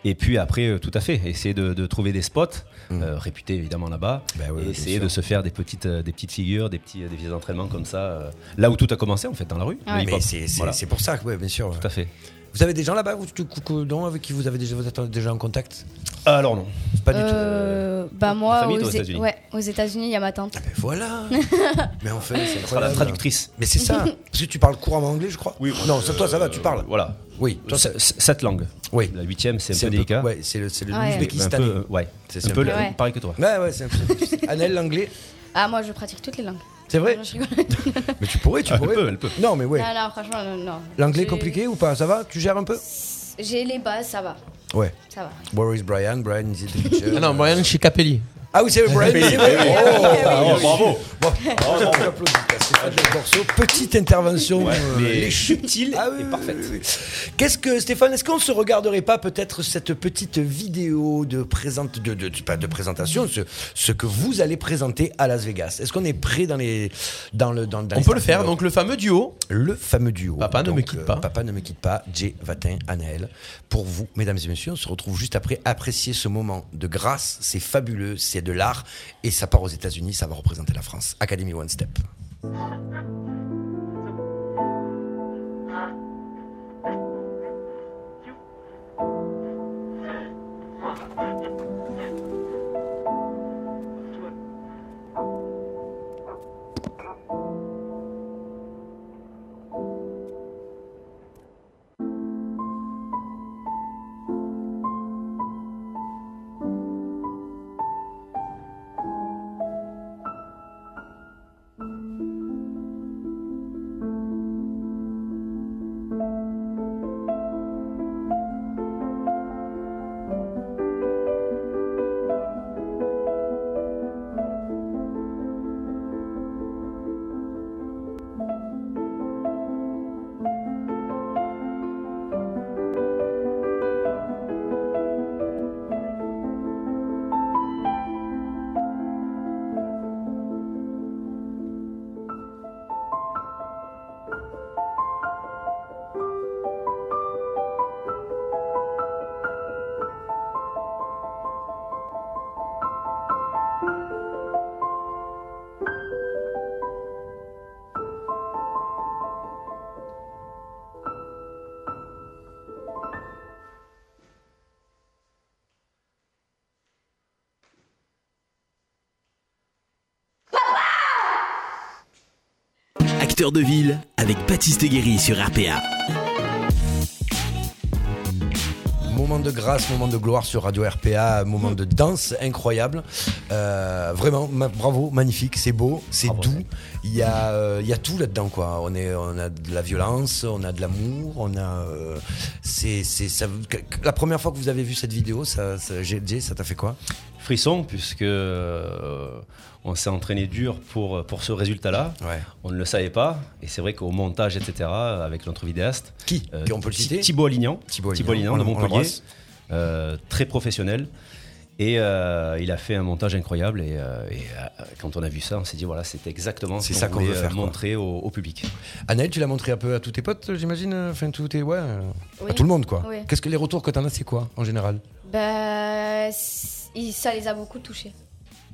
D: Et puis après, euh, tout à fait, essayer de, de trouver des spots euh, réputés évidemment là-bas,
B: Bah Mm. oui,
D: et
B: bien
D: essayer
B: sûr.
D: de se faire des petites, euh, des petites figures, des petits, euh, des petits entraînements comme ça, euh, là où tout a commencé en fait dans la rue.
C: Ah
D: le
C: ouais.
D: hip-hop.
B: Mais c'est, c'est-
D: Voilà,
B: c'est pour ça, ouais, bien sûr.
D: tout à fait.
B: Vous avez des gens là-bas, vous, tu- cou- cou- non, avec qui vous avez déjà, vous êtes déjà en contact
D: Alors non.
B: Pas du tout.
C: Euh, bah
D: La
C: moi,
D: famille,
C: aux,
D: toi, aux
C: É-
D: États-Unis.
C: ouais, aux États-Unis, il y a ma tante.
B: Mais Ah, ben voilà Mais enfin, c'est
D: On sera la
B: incroyable.
D: traductrice.
B: Mais c'est ça Parce que tu parles couramment anglais, je crois Non, ça, toi, ça
D: euh,
B: va, tu parles.
D: Voilà.
B: Oui, toi, ça-
D: C- c- Sept langues.
B: Oui.
D: La huitième, c'est un
B: c'est
D: peu délicat.
B: Ouais, c'est le, c'est le
C: Ouais.
D: Un
B: l'Ouzbékistan.
D: peu, euh, ouais.
B: C'est-
D: un
B: c'est
D: peu
B: un
D: le-
C: peu- Ouais.
D: pareil que toi.
B: Ouais, ouais, c'est un peu. Annelle, l'anglais,
C: Ah moi, je pratique toutes les langues.
B: c'est vrai
C: Non, je rigole.
B: Mais tu pourrais, tu
D: Elle
B: pourrais.
D: peut, elle peut.
B: Non, mais ouais.
C: Non, non, franchement, non, non.
B: L'anglais
C: Bah, J'ai-
B: compliqué ou pas Ça va Tu gères un peu
C: J'ai les bases, ça va,
B: Ouais.
C: ça va.
B: Boris Brian, Brian is the teacher.
F: Ah non, Brian chez Capelli.
B: Ah oui, c'est vrai, Brian. c'est vrai.
D: Ah,
B: Oh,
D: bravo.
B: Bon, on applaudit à Stéphane Del Corso. Petite intervention
D: Ouais,
B: euh,
D: mais
B: les
D: subtile
B: Ah oui,
D: et
B: oui,
D: parfaite.
B: oui, oui. Qu'est-ce que Stéphane Est-ce qu'on se regarderait pas peut-être cette petite vidéo de présente de, de- de- pas de présentation, ce, ce que vous allez présenter à Las Vegas Est-ce qu'on est prêt dans les dans le dans, dans
F: On
B: les
F: peut le faire,
B: starting
F: donc le fameux duo.
B: le fameux duo. euh,
F: Papa ne me quitte pas.
B: Papa ne me quitte pas, Jay Vatin, Anaël. Pour vous, mesdames et messieurs, on se retrouve juste après. Appréciez ce moment de grâce, c'est fabuleux, c'est de l'art, et ça part aux États-Unis, ça va représenter la France. Academy One Step.
A: Acteur de ville avec Baptiste Guéry sur RPA.
B: Moment de grâce, moment de gloire sur Radio RPA, moment de danse incroyable. Euh, vraiment, ma- bravo, magnifique, c'est beau, c'est doux. Il y, a, euh, il y a tout là-dedans, quoi. On, est, on a de la violence, on a de l'amour, on a. euh, c'est, c'est- ça, la première fois que vous avez vu cette vidéo, ça, ça, Jay, ça t'a fait quoi
D: Frisson, puisque euh, On s'est entraîné dur pour, pour ce résultat-là.
B: Ouais.
D: On ne le savait pas. Et c'est vrai qu'au montage, etc., avec notre vidéaste,
B: Qui
D: euh,
B: Qui on peut le
D: Thi-
B: citer
D: Thibaut Alignan.
B: Thibaut Alignan,
D: Thibaut
B: on
D: Alignan de
B: l'em- on
D: Montpellier.
B: l'embrasse.
D: Euh, très professionnel. Et euh, il a fait un montage incroyable. Et, euh, et, euh, quand on a vu ça, on s'est dit voilà, c'est exactement
B: C'est
D: ce
B: ça qu'on
D: qu'on voulait
B: veut faire,
D: euh,
B: quoi.
D: montrer au, au public.
B: Anaël, tu l'as montré un peu à tous tes potes, j'imagine Enfin, tous tes. Ouais. euh,
C: Oui.
B: À tout le monde, quoi.
C: Oui.
B: Qu'est-ce que les retours que t'en as, c'est quoi, en général
C: Bah, c- il- ça les a beaucoup touchés.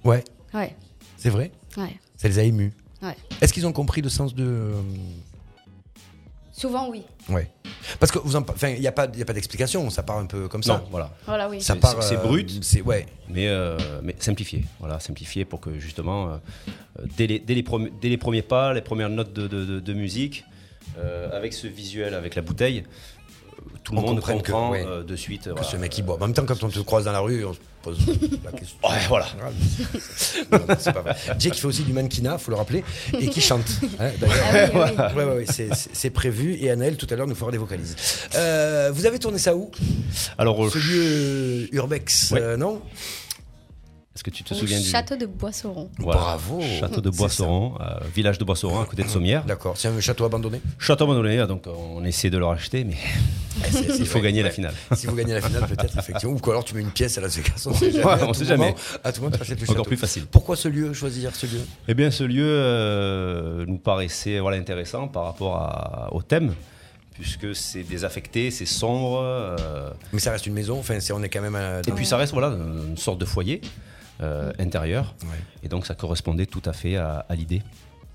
B: Ouais,
C: Ouais,
B: c'est vrai
C: ouais,
B: Ça les a émus.
C: ouais.
B: Est-ce qu'ils ont compris le sens de. euh,
C: Souvent, oui.
B: Ouais. Parce que vous en, enfin, il n'y a pas, il y a pas d'explication. Ça part un peu comme ça.
D: Non, voilà.
C: Voilà, oui.
B: Ça
D: C'est-
B: part. euh,
D: c'est- c'est brut.
B: C'est ouais.
D: mais, euh, mais simplifié. Voilà, simplifié pour que justement, euh, euh, dès, les, dès, les premi- dès les premiers pas, les premières notes de, de- de- de musique, euh, avec ce visuel, avec la bouteille, euh, tout le
B: On
D: monde
B: comprenne
D: comprend
B: que, ouais,
D: euh, de suite.
B: Que ce mec il boit. En même temps, quand on te croise dans la rue, on se pose la question.
D: Ouais, voilà.
B: Non, non, c'est pas vrai. Jake, il fait aussi du mannequinat, faut le rappeler, et qui chante. Hein, d'ailleurs.
C: Ah oui, oui.
B: Ouais, ouais, ouais, c'est- c'est c'est prévu. Et Anaël, tout à l'heure, nous fera des vocalises. Euh, vous avez tourné ça où
D: Alors, euh, au
B: Ce
D: ch-
B: lieu urbex,
D: Ouais.
B: euh, non
D: est-ce que tu te
C: Au
D: souviens du
C: château de Boisseron.
D: Voilà.
B: Bravo.
D: Château de
B: C'est
D: Boisseron, euh, village de Boisseron, à côté de Sommières.
B: D'accord. C'est un château abandonné.
D: Château abandonné, donc euh, on essaie de le racheter, mais il faut
B: Eh, vrai,
D: gagner la
B: ouais.
D: finale.
B: Si vous gagnez la finale, peut-être, effectivement. Ou quoi, alors tu mets une pièce à la Vegas. On sait jamais.
D: Ouais,
B: à
D: on
B: tout
D: sait jamais.
B: moment- À tout moment, tu achètes le
D: Encore
B: château.
D: plus facile.
B: Pourquoi ce lieu, choisir ce lieu
D: Eh bien, ce lieu euh, nous paraissait voilà, intéressant par rapport à- au thème, puisque c'est désaffecté, c'est sombre, euh,
B: Mais ça reste une maison, enfin, c'est- on est quand même euh, à.
D: et puis ça reste voilà, une sorte de foyer euh, intérieur,
B: Ouais.
D: et donc ça correspondait tout à fait à, à l'idée.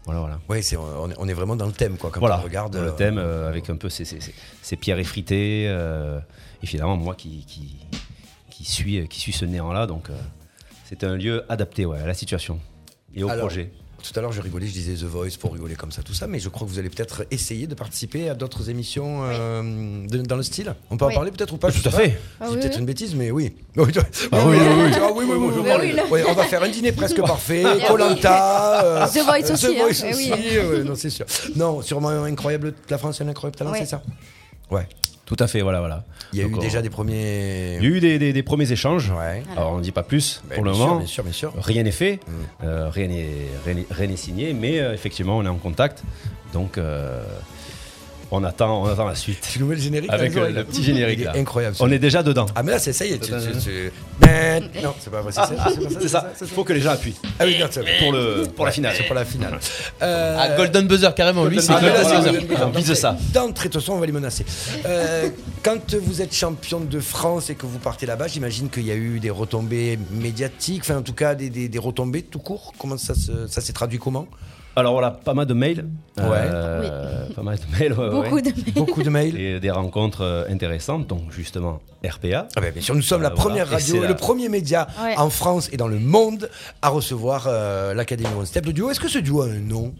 D: Voilà, voilà.
B: Ouais, c'est- on, est, on est vraiment dans le thème, quoi, quand
D: voilà,
B: on regarde.
D: le
B: euh,
D: thème euh, avec un peu ces, ces- ces- ces pierres effritées, euh, et finalement moi qui, qui, qui, suis, qui suis ce néant-là, donc euh, c'est un lieu adapté ouais, à la situation et au
B: alors,
D: projet.
B: Tout à l'heure, je rigolais, je disais The Voice pour rigoler comme ça, tout ça, mais je crois que vous allez peut-être essayer de participer à d'autres émissions euh, de- dans le style. On peut en
C: Oui.
B: parler peut-être ou pas je
D: Tout
B: sais
D: à
B: pas.
D: fait.
C: Ah
B: C'est
C: oui,
B: peut-être
C: oui.
B: une bêtise, mais oui. Oui, toi- Ah
F: oui, oui,
B: oui, ah oui, oui, moi, je
C: Oui,
B: parle.
C: oui, là.
B: Ouais, on va faire un dîner presque parfait. euh,
C: oui.
B: Colanta,
C: The Voice aussi, hein. Eh oui.
B: euh, non, c'est sûr. Non, sûrement un incroyable. La France, a un incroyable talent,
C: Ouais.
B: c'est ça. Ouais.
D: Tout à fait, voilà, voilà.
B: Il y a
D: Donc,
B: eu
D: on-
B: déjà des premiers.
D: Il y a eu des, des- des premiers échanges.
B: Ouais.
D: Alors on ne dit pas plus
B: Mais
D: pour le
B: bien sûr,
D: moment.
B: bien sûr, Mm. bien sûr.
D: Rien n'est fait, Euh, rien n'est rien n'est- rien n'est signé, mais euh, effectivement on est en contact. Donc euh, on attend, on attend la suite.
B: Tu nous mets le générique
D: Avec
B: là,
D: euh,
B: les oreilles
D: le petit générique
B: hein, Il est
D: là.
B: Incroyable.
D: On
B: celui-là.
D: est déjà dedans.
B: Ah mais là c'est ça y est. tu- tu- tu- Non, c'est pas vrai. C'est ça. c'est pas
D: Ah, C'est ça. Il faut que les gens appuient
B: Ah oui, regarde ça.
D: pour le pour la finale.
B: C'est pour la finale. Euh,
F: À Golden Buzzer, carrément. Lui, c'est
D: Ah, mais
F: Golden
D: là, c'est
F: Buzzer.
D: Golden Buzzer. On vise ça.
B: D'entrée, de toute façon, on va les menacer. Euh, quand vous êtes champion de France et que vous partez là-bas, j'imagine qu'il y a eu des retombées médiatiques, enfin en tout cas des, des- des retombées tout court. Comment ça se- ça s'est traduit comment
D: Alors voilà, pas mal de mails. Euh,
C: Ouais.
D: Pas mal de mails. ouais, ouais,
C: Beaucoup
D: ouais.
C: de
B: Beaucoup de mails.
D: Et des rencontres euh, intéressantes, donc justement RPA.
B: Ah ben, bien sûr, nous sommes
D: Voilà,
B: la première
D: voilà. Et
B: radio,
D: c'est
B: et
D: la-
B: le premier média
C: Ouais.
B: en France et dans le monde à recevoir euh, l'Académie One Step. Le duo, est-ce que ce duo a un nom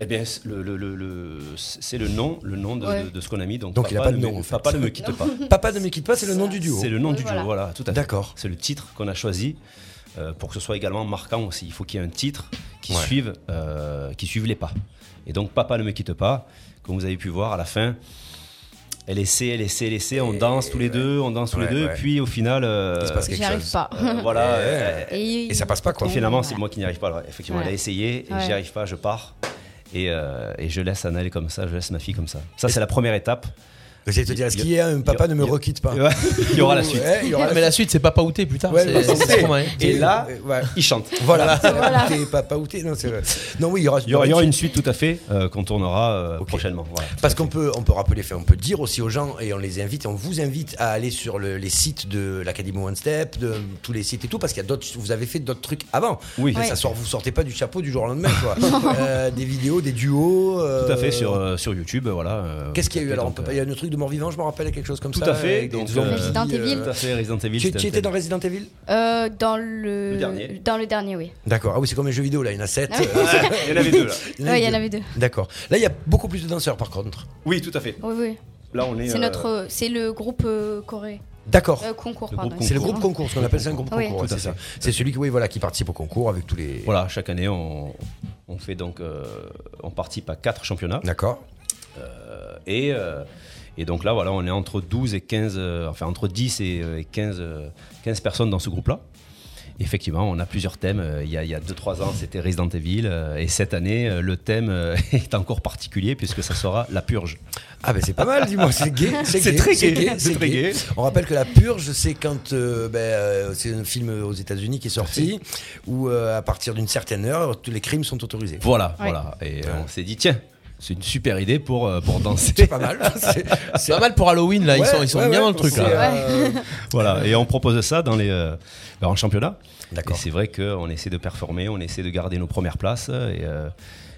D: Eh bien, c'est le, le- le- le- c'est le nom, le nom de,
C: Ouais.
D: de- de ce qu'on a mis. Donc,
B: Donc,
D: papa
B: il a pas de
D: ne
B: nom,
D: me-
B: en fait.
D: Papa ne me quitte pas.
B: Papa ne me quitte pas, c'est le nom du duo.
D: C'est le nom
C: Oui,
D: du duo,
C: voilà.
D: voilà, tout à fait.
B: D'accord.
D: C'est le titre qu'on a choisi euh, pour que ce soit également marquant aussi. Il faut qu'il y ait un titre qui,
B: Ouais.
D: suive, euh, qui suive les pas. Et donc, Papa ne me quitte pas, comme vous avez pu voir à la fin. LSC, LSC, LSC, on danse tous les deux, on danse tous
B: Ouais,
D: les deux,
B: ouais.
D: puis au final, euh,
B: Il se passe
C: J'y
B: quelque
C: arrive
B: chose.
C: pas.
D: euh, voilà, euh,
C: Et,
B: Et ça passe pas, quoi.
D: et finalement, c'est
C: Voilà.
D: moi qui n'y arrive pas. Alors, effectivement,
C: Voilà.
D: elle a essayé, et
C: Ouais.
D: j'y arrive pas, je pars. Et, euh, et je laisse Anna aller comme ça, je laisse ma fille comme ça. Ça, c'est la première étape.
B: J'allais te dire, est-ce qu'il y a un papa ne me
D: Il y a-
B: requitte pas
D: Il y aura la suite.
B: Ouais, il y aura
F: Ah,
B: la
F: Mais la suite, c'est Papa Outé plus tard.
B: Ouais,
F: c'est-
B: mais
F: c'est
B: c'est-
F: trop mal, hein.
B: suite.
D: Et là,
B: Euh, ouais.
D: il chante.
B: Voilà, voilà. t'es papa ou t'es. Non, c'est vrai. Non, oui, il y aura,
D: Il y aura, il y aura une suite tout à fait euh, qu'on tournera euh,
B: Ok.
D: prochainement. Voilà.
B: Parce qu'on peut, on peut rappeler, enfin, on peut dire aussi aux gens, et on les invite, et on vous invite à aller sur le- les sites de l'Académie One Step, de tous les sites et tout, parce qu'il y a d'autres, vous avez fait d'autres trucs avant.
D: Oui.
B: Enfin,
D: Ouais.
B: Ça sort, vous sortez pas du chapeau du jour au lendemain, quoi. Euh, des vidéos, des duos. euh,
D: Tout à fait sur, euh, sur YouTube, voilà. euh,
B: Qu'est-ce qu'il y a eu alors on
D: donc,
B: peut pas-
D: euh,
B: Il y a un truc de mort-vivant, je me rappelle, quelque chose comme
D: Tout
B: ça.
D: à fait,
B: avec des
D: donc,
B: zombies,
D: euh,
C: Resident Evil.
D: Tout à fait, Resident Evil.
B: Tu,
D: c'était
B: tu
D: un
B: étais
D: thème.
B: dans Resident Evil
C: Euh, dans le...
D: Le dernier.
C: Dans le dernier, oui. Ah
B: D'accord. Ah oui, c'est comme un jeu vidéo, là, il y en a 7.
D: Ah, Il y en avait deux là.
C: Ouais, il y en avait deux.
B: D'accord. Là, il y a beaucoup plus de danseurs, par contre.
D: Oui, tout à fait.
C: Oui, oui.
D: Là, on est.
C: C'est
D: euh,
C: notre, c'est le groupe euh, Corée,
B: D'accord.
C: Euh, concours.
D: Le
C: pardon,
D: groupe
B: C'est le
C: excusez-moi.
B: groupe concours, ce qu'on appelle ça un groupe
C: Oui.
B: concours.
D: Tout à
B: c'est
D: fait.
B: ça. C'est celui qui, oui, voilà, qui participe au concours avec tous les.
D: Voilà, chaque année, on, on fait donc, euh, on participe à quatre championnats.
B: D'accord.
D: Et, euh, et donc là, voilà, on est entre 12 et 15, euh, enfin entre 10 et, euh, et 15, euh, 15 personnes dans ce groupe-là. Effectivement, on a plusieurs thèmes. Euh, Il y a 2-3 ans, c'était Resident Evil. euh, Et cette année, euh, le thème euh, est encore particulier puisque ça sera la purge.
B: Ah ben c'est pas mal, dis-moi, c'est gay.
D: C'est très gay, c'est
B: c'est
D: très
B: gay.
D: gay.
B: On rappelle que La Purge, c'est quand euh, ben, euh, c'est un film aux États-Unis qui est sorti où euh, à partir d'une certaine heure, tous les crimes sont autorisés.
D: Voilà,
C: Ouais.
D: voilà. Et euh, on s'est dit, tiens, c'est une super idée pour, euh, pour
B: C'est
D: danser.
B: pas mal. C'est
F: C'est pas mal pour Halloween là, Ah, ils sont, ils sont bien dans le truc là.
B: euh,
D: voilà. Et on propose ça dans les, euh, ben, en championnat. Et
B: D'accord.
D: c'est vrai qu'on essaie de performer, on essaie de garder nos premières places. Et, euh,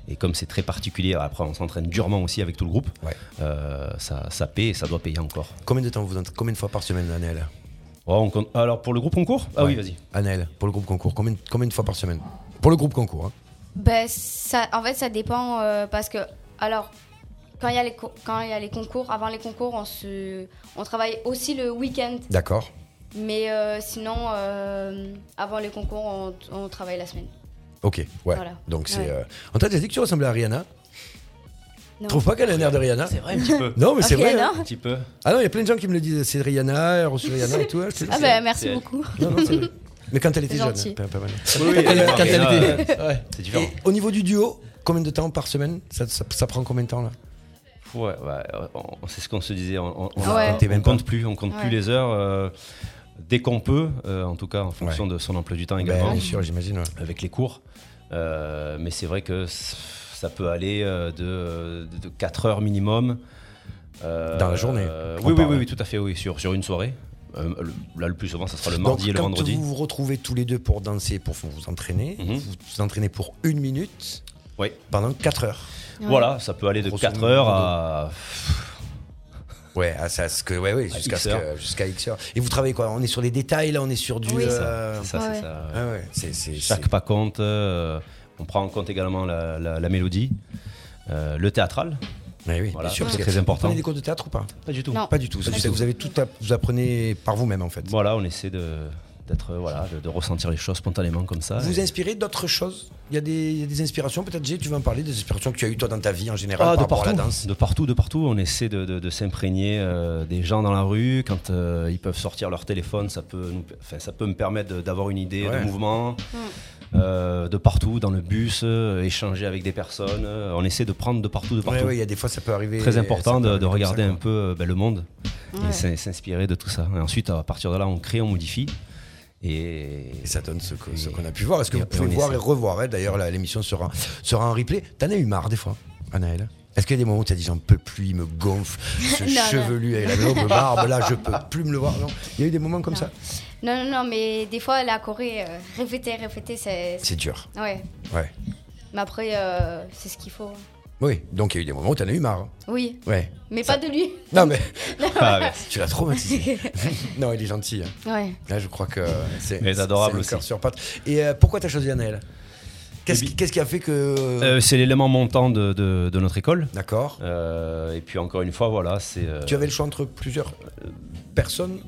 D: et comme c'est très particulier, après on s'entraîne durement aussi avec tout le groupe,
B: Ouais.
D: euh, ça, ça paie et ça doit payer encore.
B: Combien de temps vous entra- combien de fois par semaine Anaël
D: Oh, on compte- Alors pour le groupe concours Ah
B: Ouais.
D: oui, vas-y.
B: Anaël pour le groupe concours, combien combien de fois par semaine Pour le groupe concours. hein.
C: Ben, ça, en fait, ça dépend euh, parce que, alors, quand il y, a les co- quand il y a les concours, avant les concours, on, se, on travaille aussi le week-end.
B: D'accord.
C: Mais euh, sinon, euh, avant les concours, on, on travaille la semaine.
B: Ok, ouais.
C: Voilà.
B: Donc c'est.
C: Ouais.
B: euh, On t'a déjà dit que tu ressemblais à Rihanna
C: Non.
B: Trouve pas qu'elle a un air de Rihanna
D: vrai un petit peu.
B: Non, mais
C: Ah,
B: c'est vrai.
C: Rihanna
B: hein.
D: Un petit peu.
B: Ah non, il y a plein de gens qui me le disent. C'est Rihanna, elle reçoit Rihanna et tout. hein, je te le
C: Ah
B: dis.
C: ben, merci
D: c'est-
C: beaucoup.
B: Non, non, c'est vrai. Mais quand elle était jeune,
C: Gentil.
B: hein, pas- pas mal.
F: Quand elle était- ouais.
D: Ah, C'est différent.
B: Et au niveau du duo, combien de temps par semaine ça, ça- ça prend combien de temps là
D: Ouais, ouais, on- on- c'est ce qu'on se disait. On, on, on-
C: Ouais.
D: on
B: T'es
D: compte plus, on compte
C: Ouais.
D: plus les heures euh, dès qu'on peut, euh, en tout cas en fonction de son emploi du temps également,
B: Ben, Bien sûr, j'imagine. ouais.
D: avec les cours. Euh, mais c'est vrai que c- ça peut aller euh, de, de 4 heures minimum. euh,
B: Dans la journée,
D: euh,
B: on
D: oui, oui,
B: parle.
D: oui, oui, tout à fait, oui, sur, sur une soirée. Euh, le- là, le plus souvent, ça sera le mardi
B: Donc,
D: et le
B: quand
D: vendredi.
B: vous vous retrouvez tous les deux pour danser, pour vous entraîner,
D: Mhm.
B: vous vous entraînez pour une minute
D: Ouais.
B: pendant 4 heures.
C: Ouais.
D: Voilà, ça peut aller de
B: Grosso
D: 4
B: modo.
D: heures à.
B: Ouais, à ça, ce que, ouais, ouais, jusqu'à
D: X
B: ce que-
D: heures.
B: jusqu'à Ah, X heures. Et vous travaillez quoi On est sur les détails là, on est sur du.
C: Oui.
B: euh,
D: ça, c'est
C: Ouais.
D: ça.
B: ah ouais, c'est- c'est-
D: Chaque
B: c'est-
D: pas compte. euh, on prend en compte également la, la- la mélodie, euh, le théâtral.
B: Ouais, oui,
D: Voilà,
B: bien sûr,
D: c'est
B: parce
D: très
B: que-
D: important.
B: Vous prenez des cours de théâtre ou pas
D: Pas du tout.
C: Non.
B: Pas du tout.
D: du
B: c'est-
D: tout.
B: Vous avez tout, à- vous apprenez par vous-même en fait.
D: Voilà, on essaie de d'être euh, voilà de, de ressentir les choses spontanément comme ça.
B: Vous
D: Et-
B: inspirez d'autres choses Il y, a des- il y a des inspirations, peut-être, Jay, tu vas me parler des inspirations que tu as eues toi dans ta vie en général
D: Ah,
B: par
D: de
B: rapport
D: partout,
B: à la danse
D: de partout, de partout. On essaie de, de- de s'imprégner euh, des gens dans la rue. Quand euh, ils peuvent sortir leur téléphone, ça peut, nous- enfin, ça peut me permettre de- d'avoir une idée
B: Ouais.
D: de mouvement. euh, de partout, dans le bus, euh, échanger avec des personnes. Euh, on essaie de prendre de partout, de
B: Ouais,
D: partout.
B: ouais, il y a des fois, ça peut arriver.
D: Très
B: ça
D: important
B: peut
D: de,
B: arriver
D: de
B: comme
D: regarder
B: ça,
D: un
B: quoi.
D: peu euh, ben, le monde
C: Ouais.
D: et s'in- s'inspirer de tout ça. Et ensuite, à partir de là, on crée, on modifie. Et
B: Et ça donne ce que- ce qu'on a pu voir. Est-ce que
D: Et
B: vous
D: après,
B: pouvez
D: on
B: voir
D: essaie.
B: et revoir hein D'ailleurs, là, l'émission sera, sera en replay. T'en as eu marre des fois, Anaël Est-ce qu'il y a des moments où tu as dit j'en peux plus, il me gonfle, ce
C: Non,
B: chevelu avec la longue barbe, là, je peux plus me le voir Non, il y a eu des moments comme
C: Non.
B: ça
C: Non, non, non, mais des fois, la Corée, euh, répéter, répéter, c'est.
B: C'est dur.
C: Ouais.
B: Ouais.
C: Mais après, euh, c'est ce qu'il faut.
B: Oui, donc il y a eu des moments où t'en as eu marre. hein.
C: Oui,
B: Ouais.
C: mais pas de lui.
B: Non, mais
D: Ah, ouais.
B: tu l'as traumatisé. non, il est gentil. hein.
C: Ouais.
B: Là, je crois que c'est
D: Mais adorable
B: c'est un cœur
D: aussi.
B: sur pattes. Et euh, pourquoi t'as choisi Anaël Qu'est-ce
D: Eh
B: qui, qu'est-ce qui a fait que
D: Euh, c'est l'élément montant de, de- de notre école.
B: D'accord.
D: Euh, et puis encore une fois, voilà, c'est. euh,
B: Tu avais le choix entre plusieurs euh, personnes.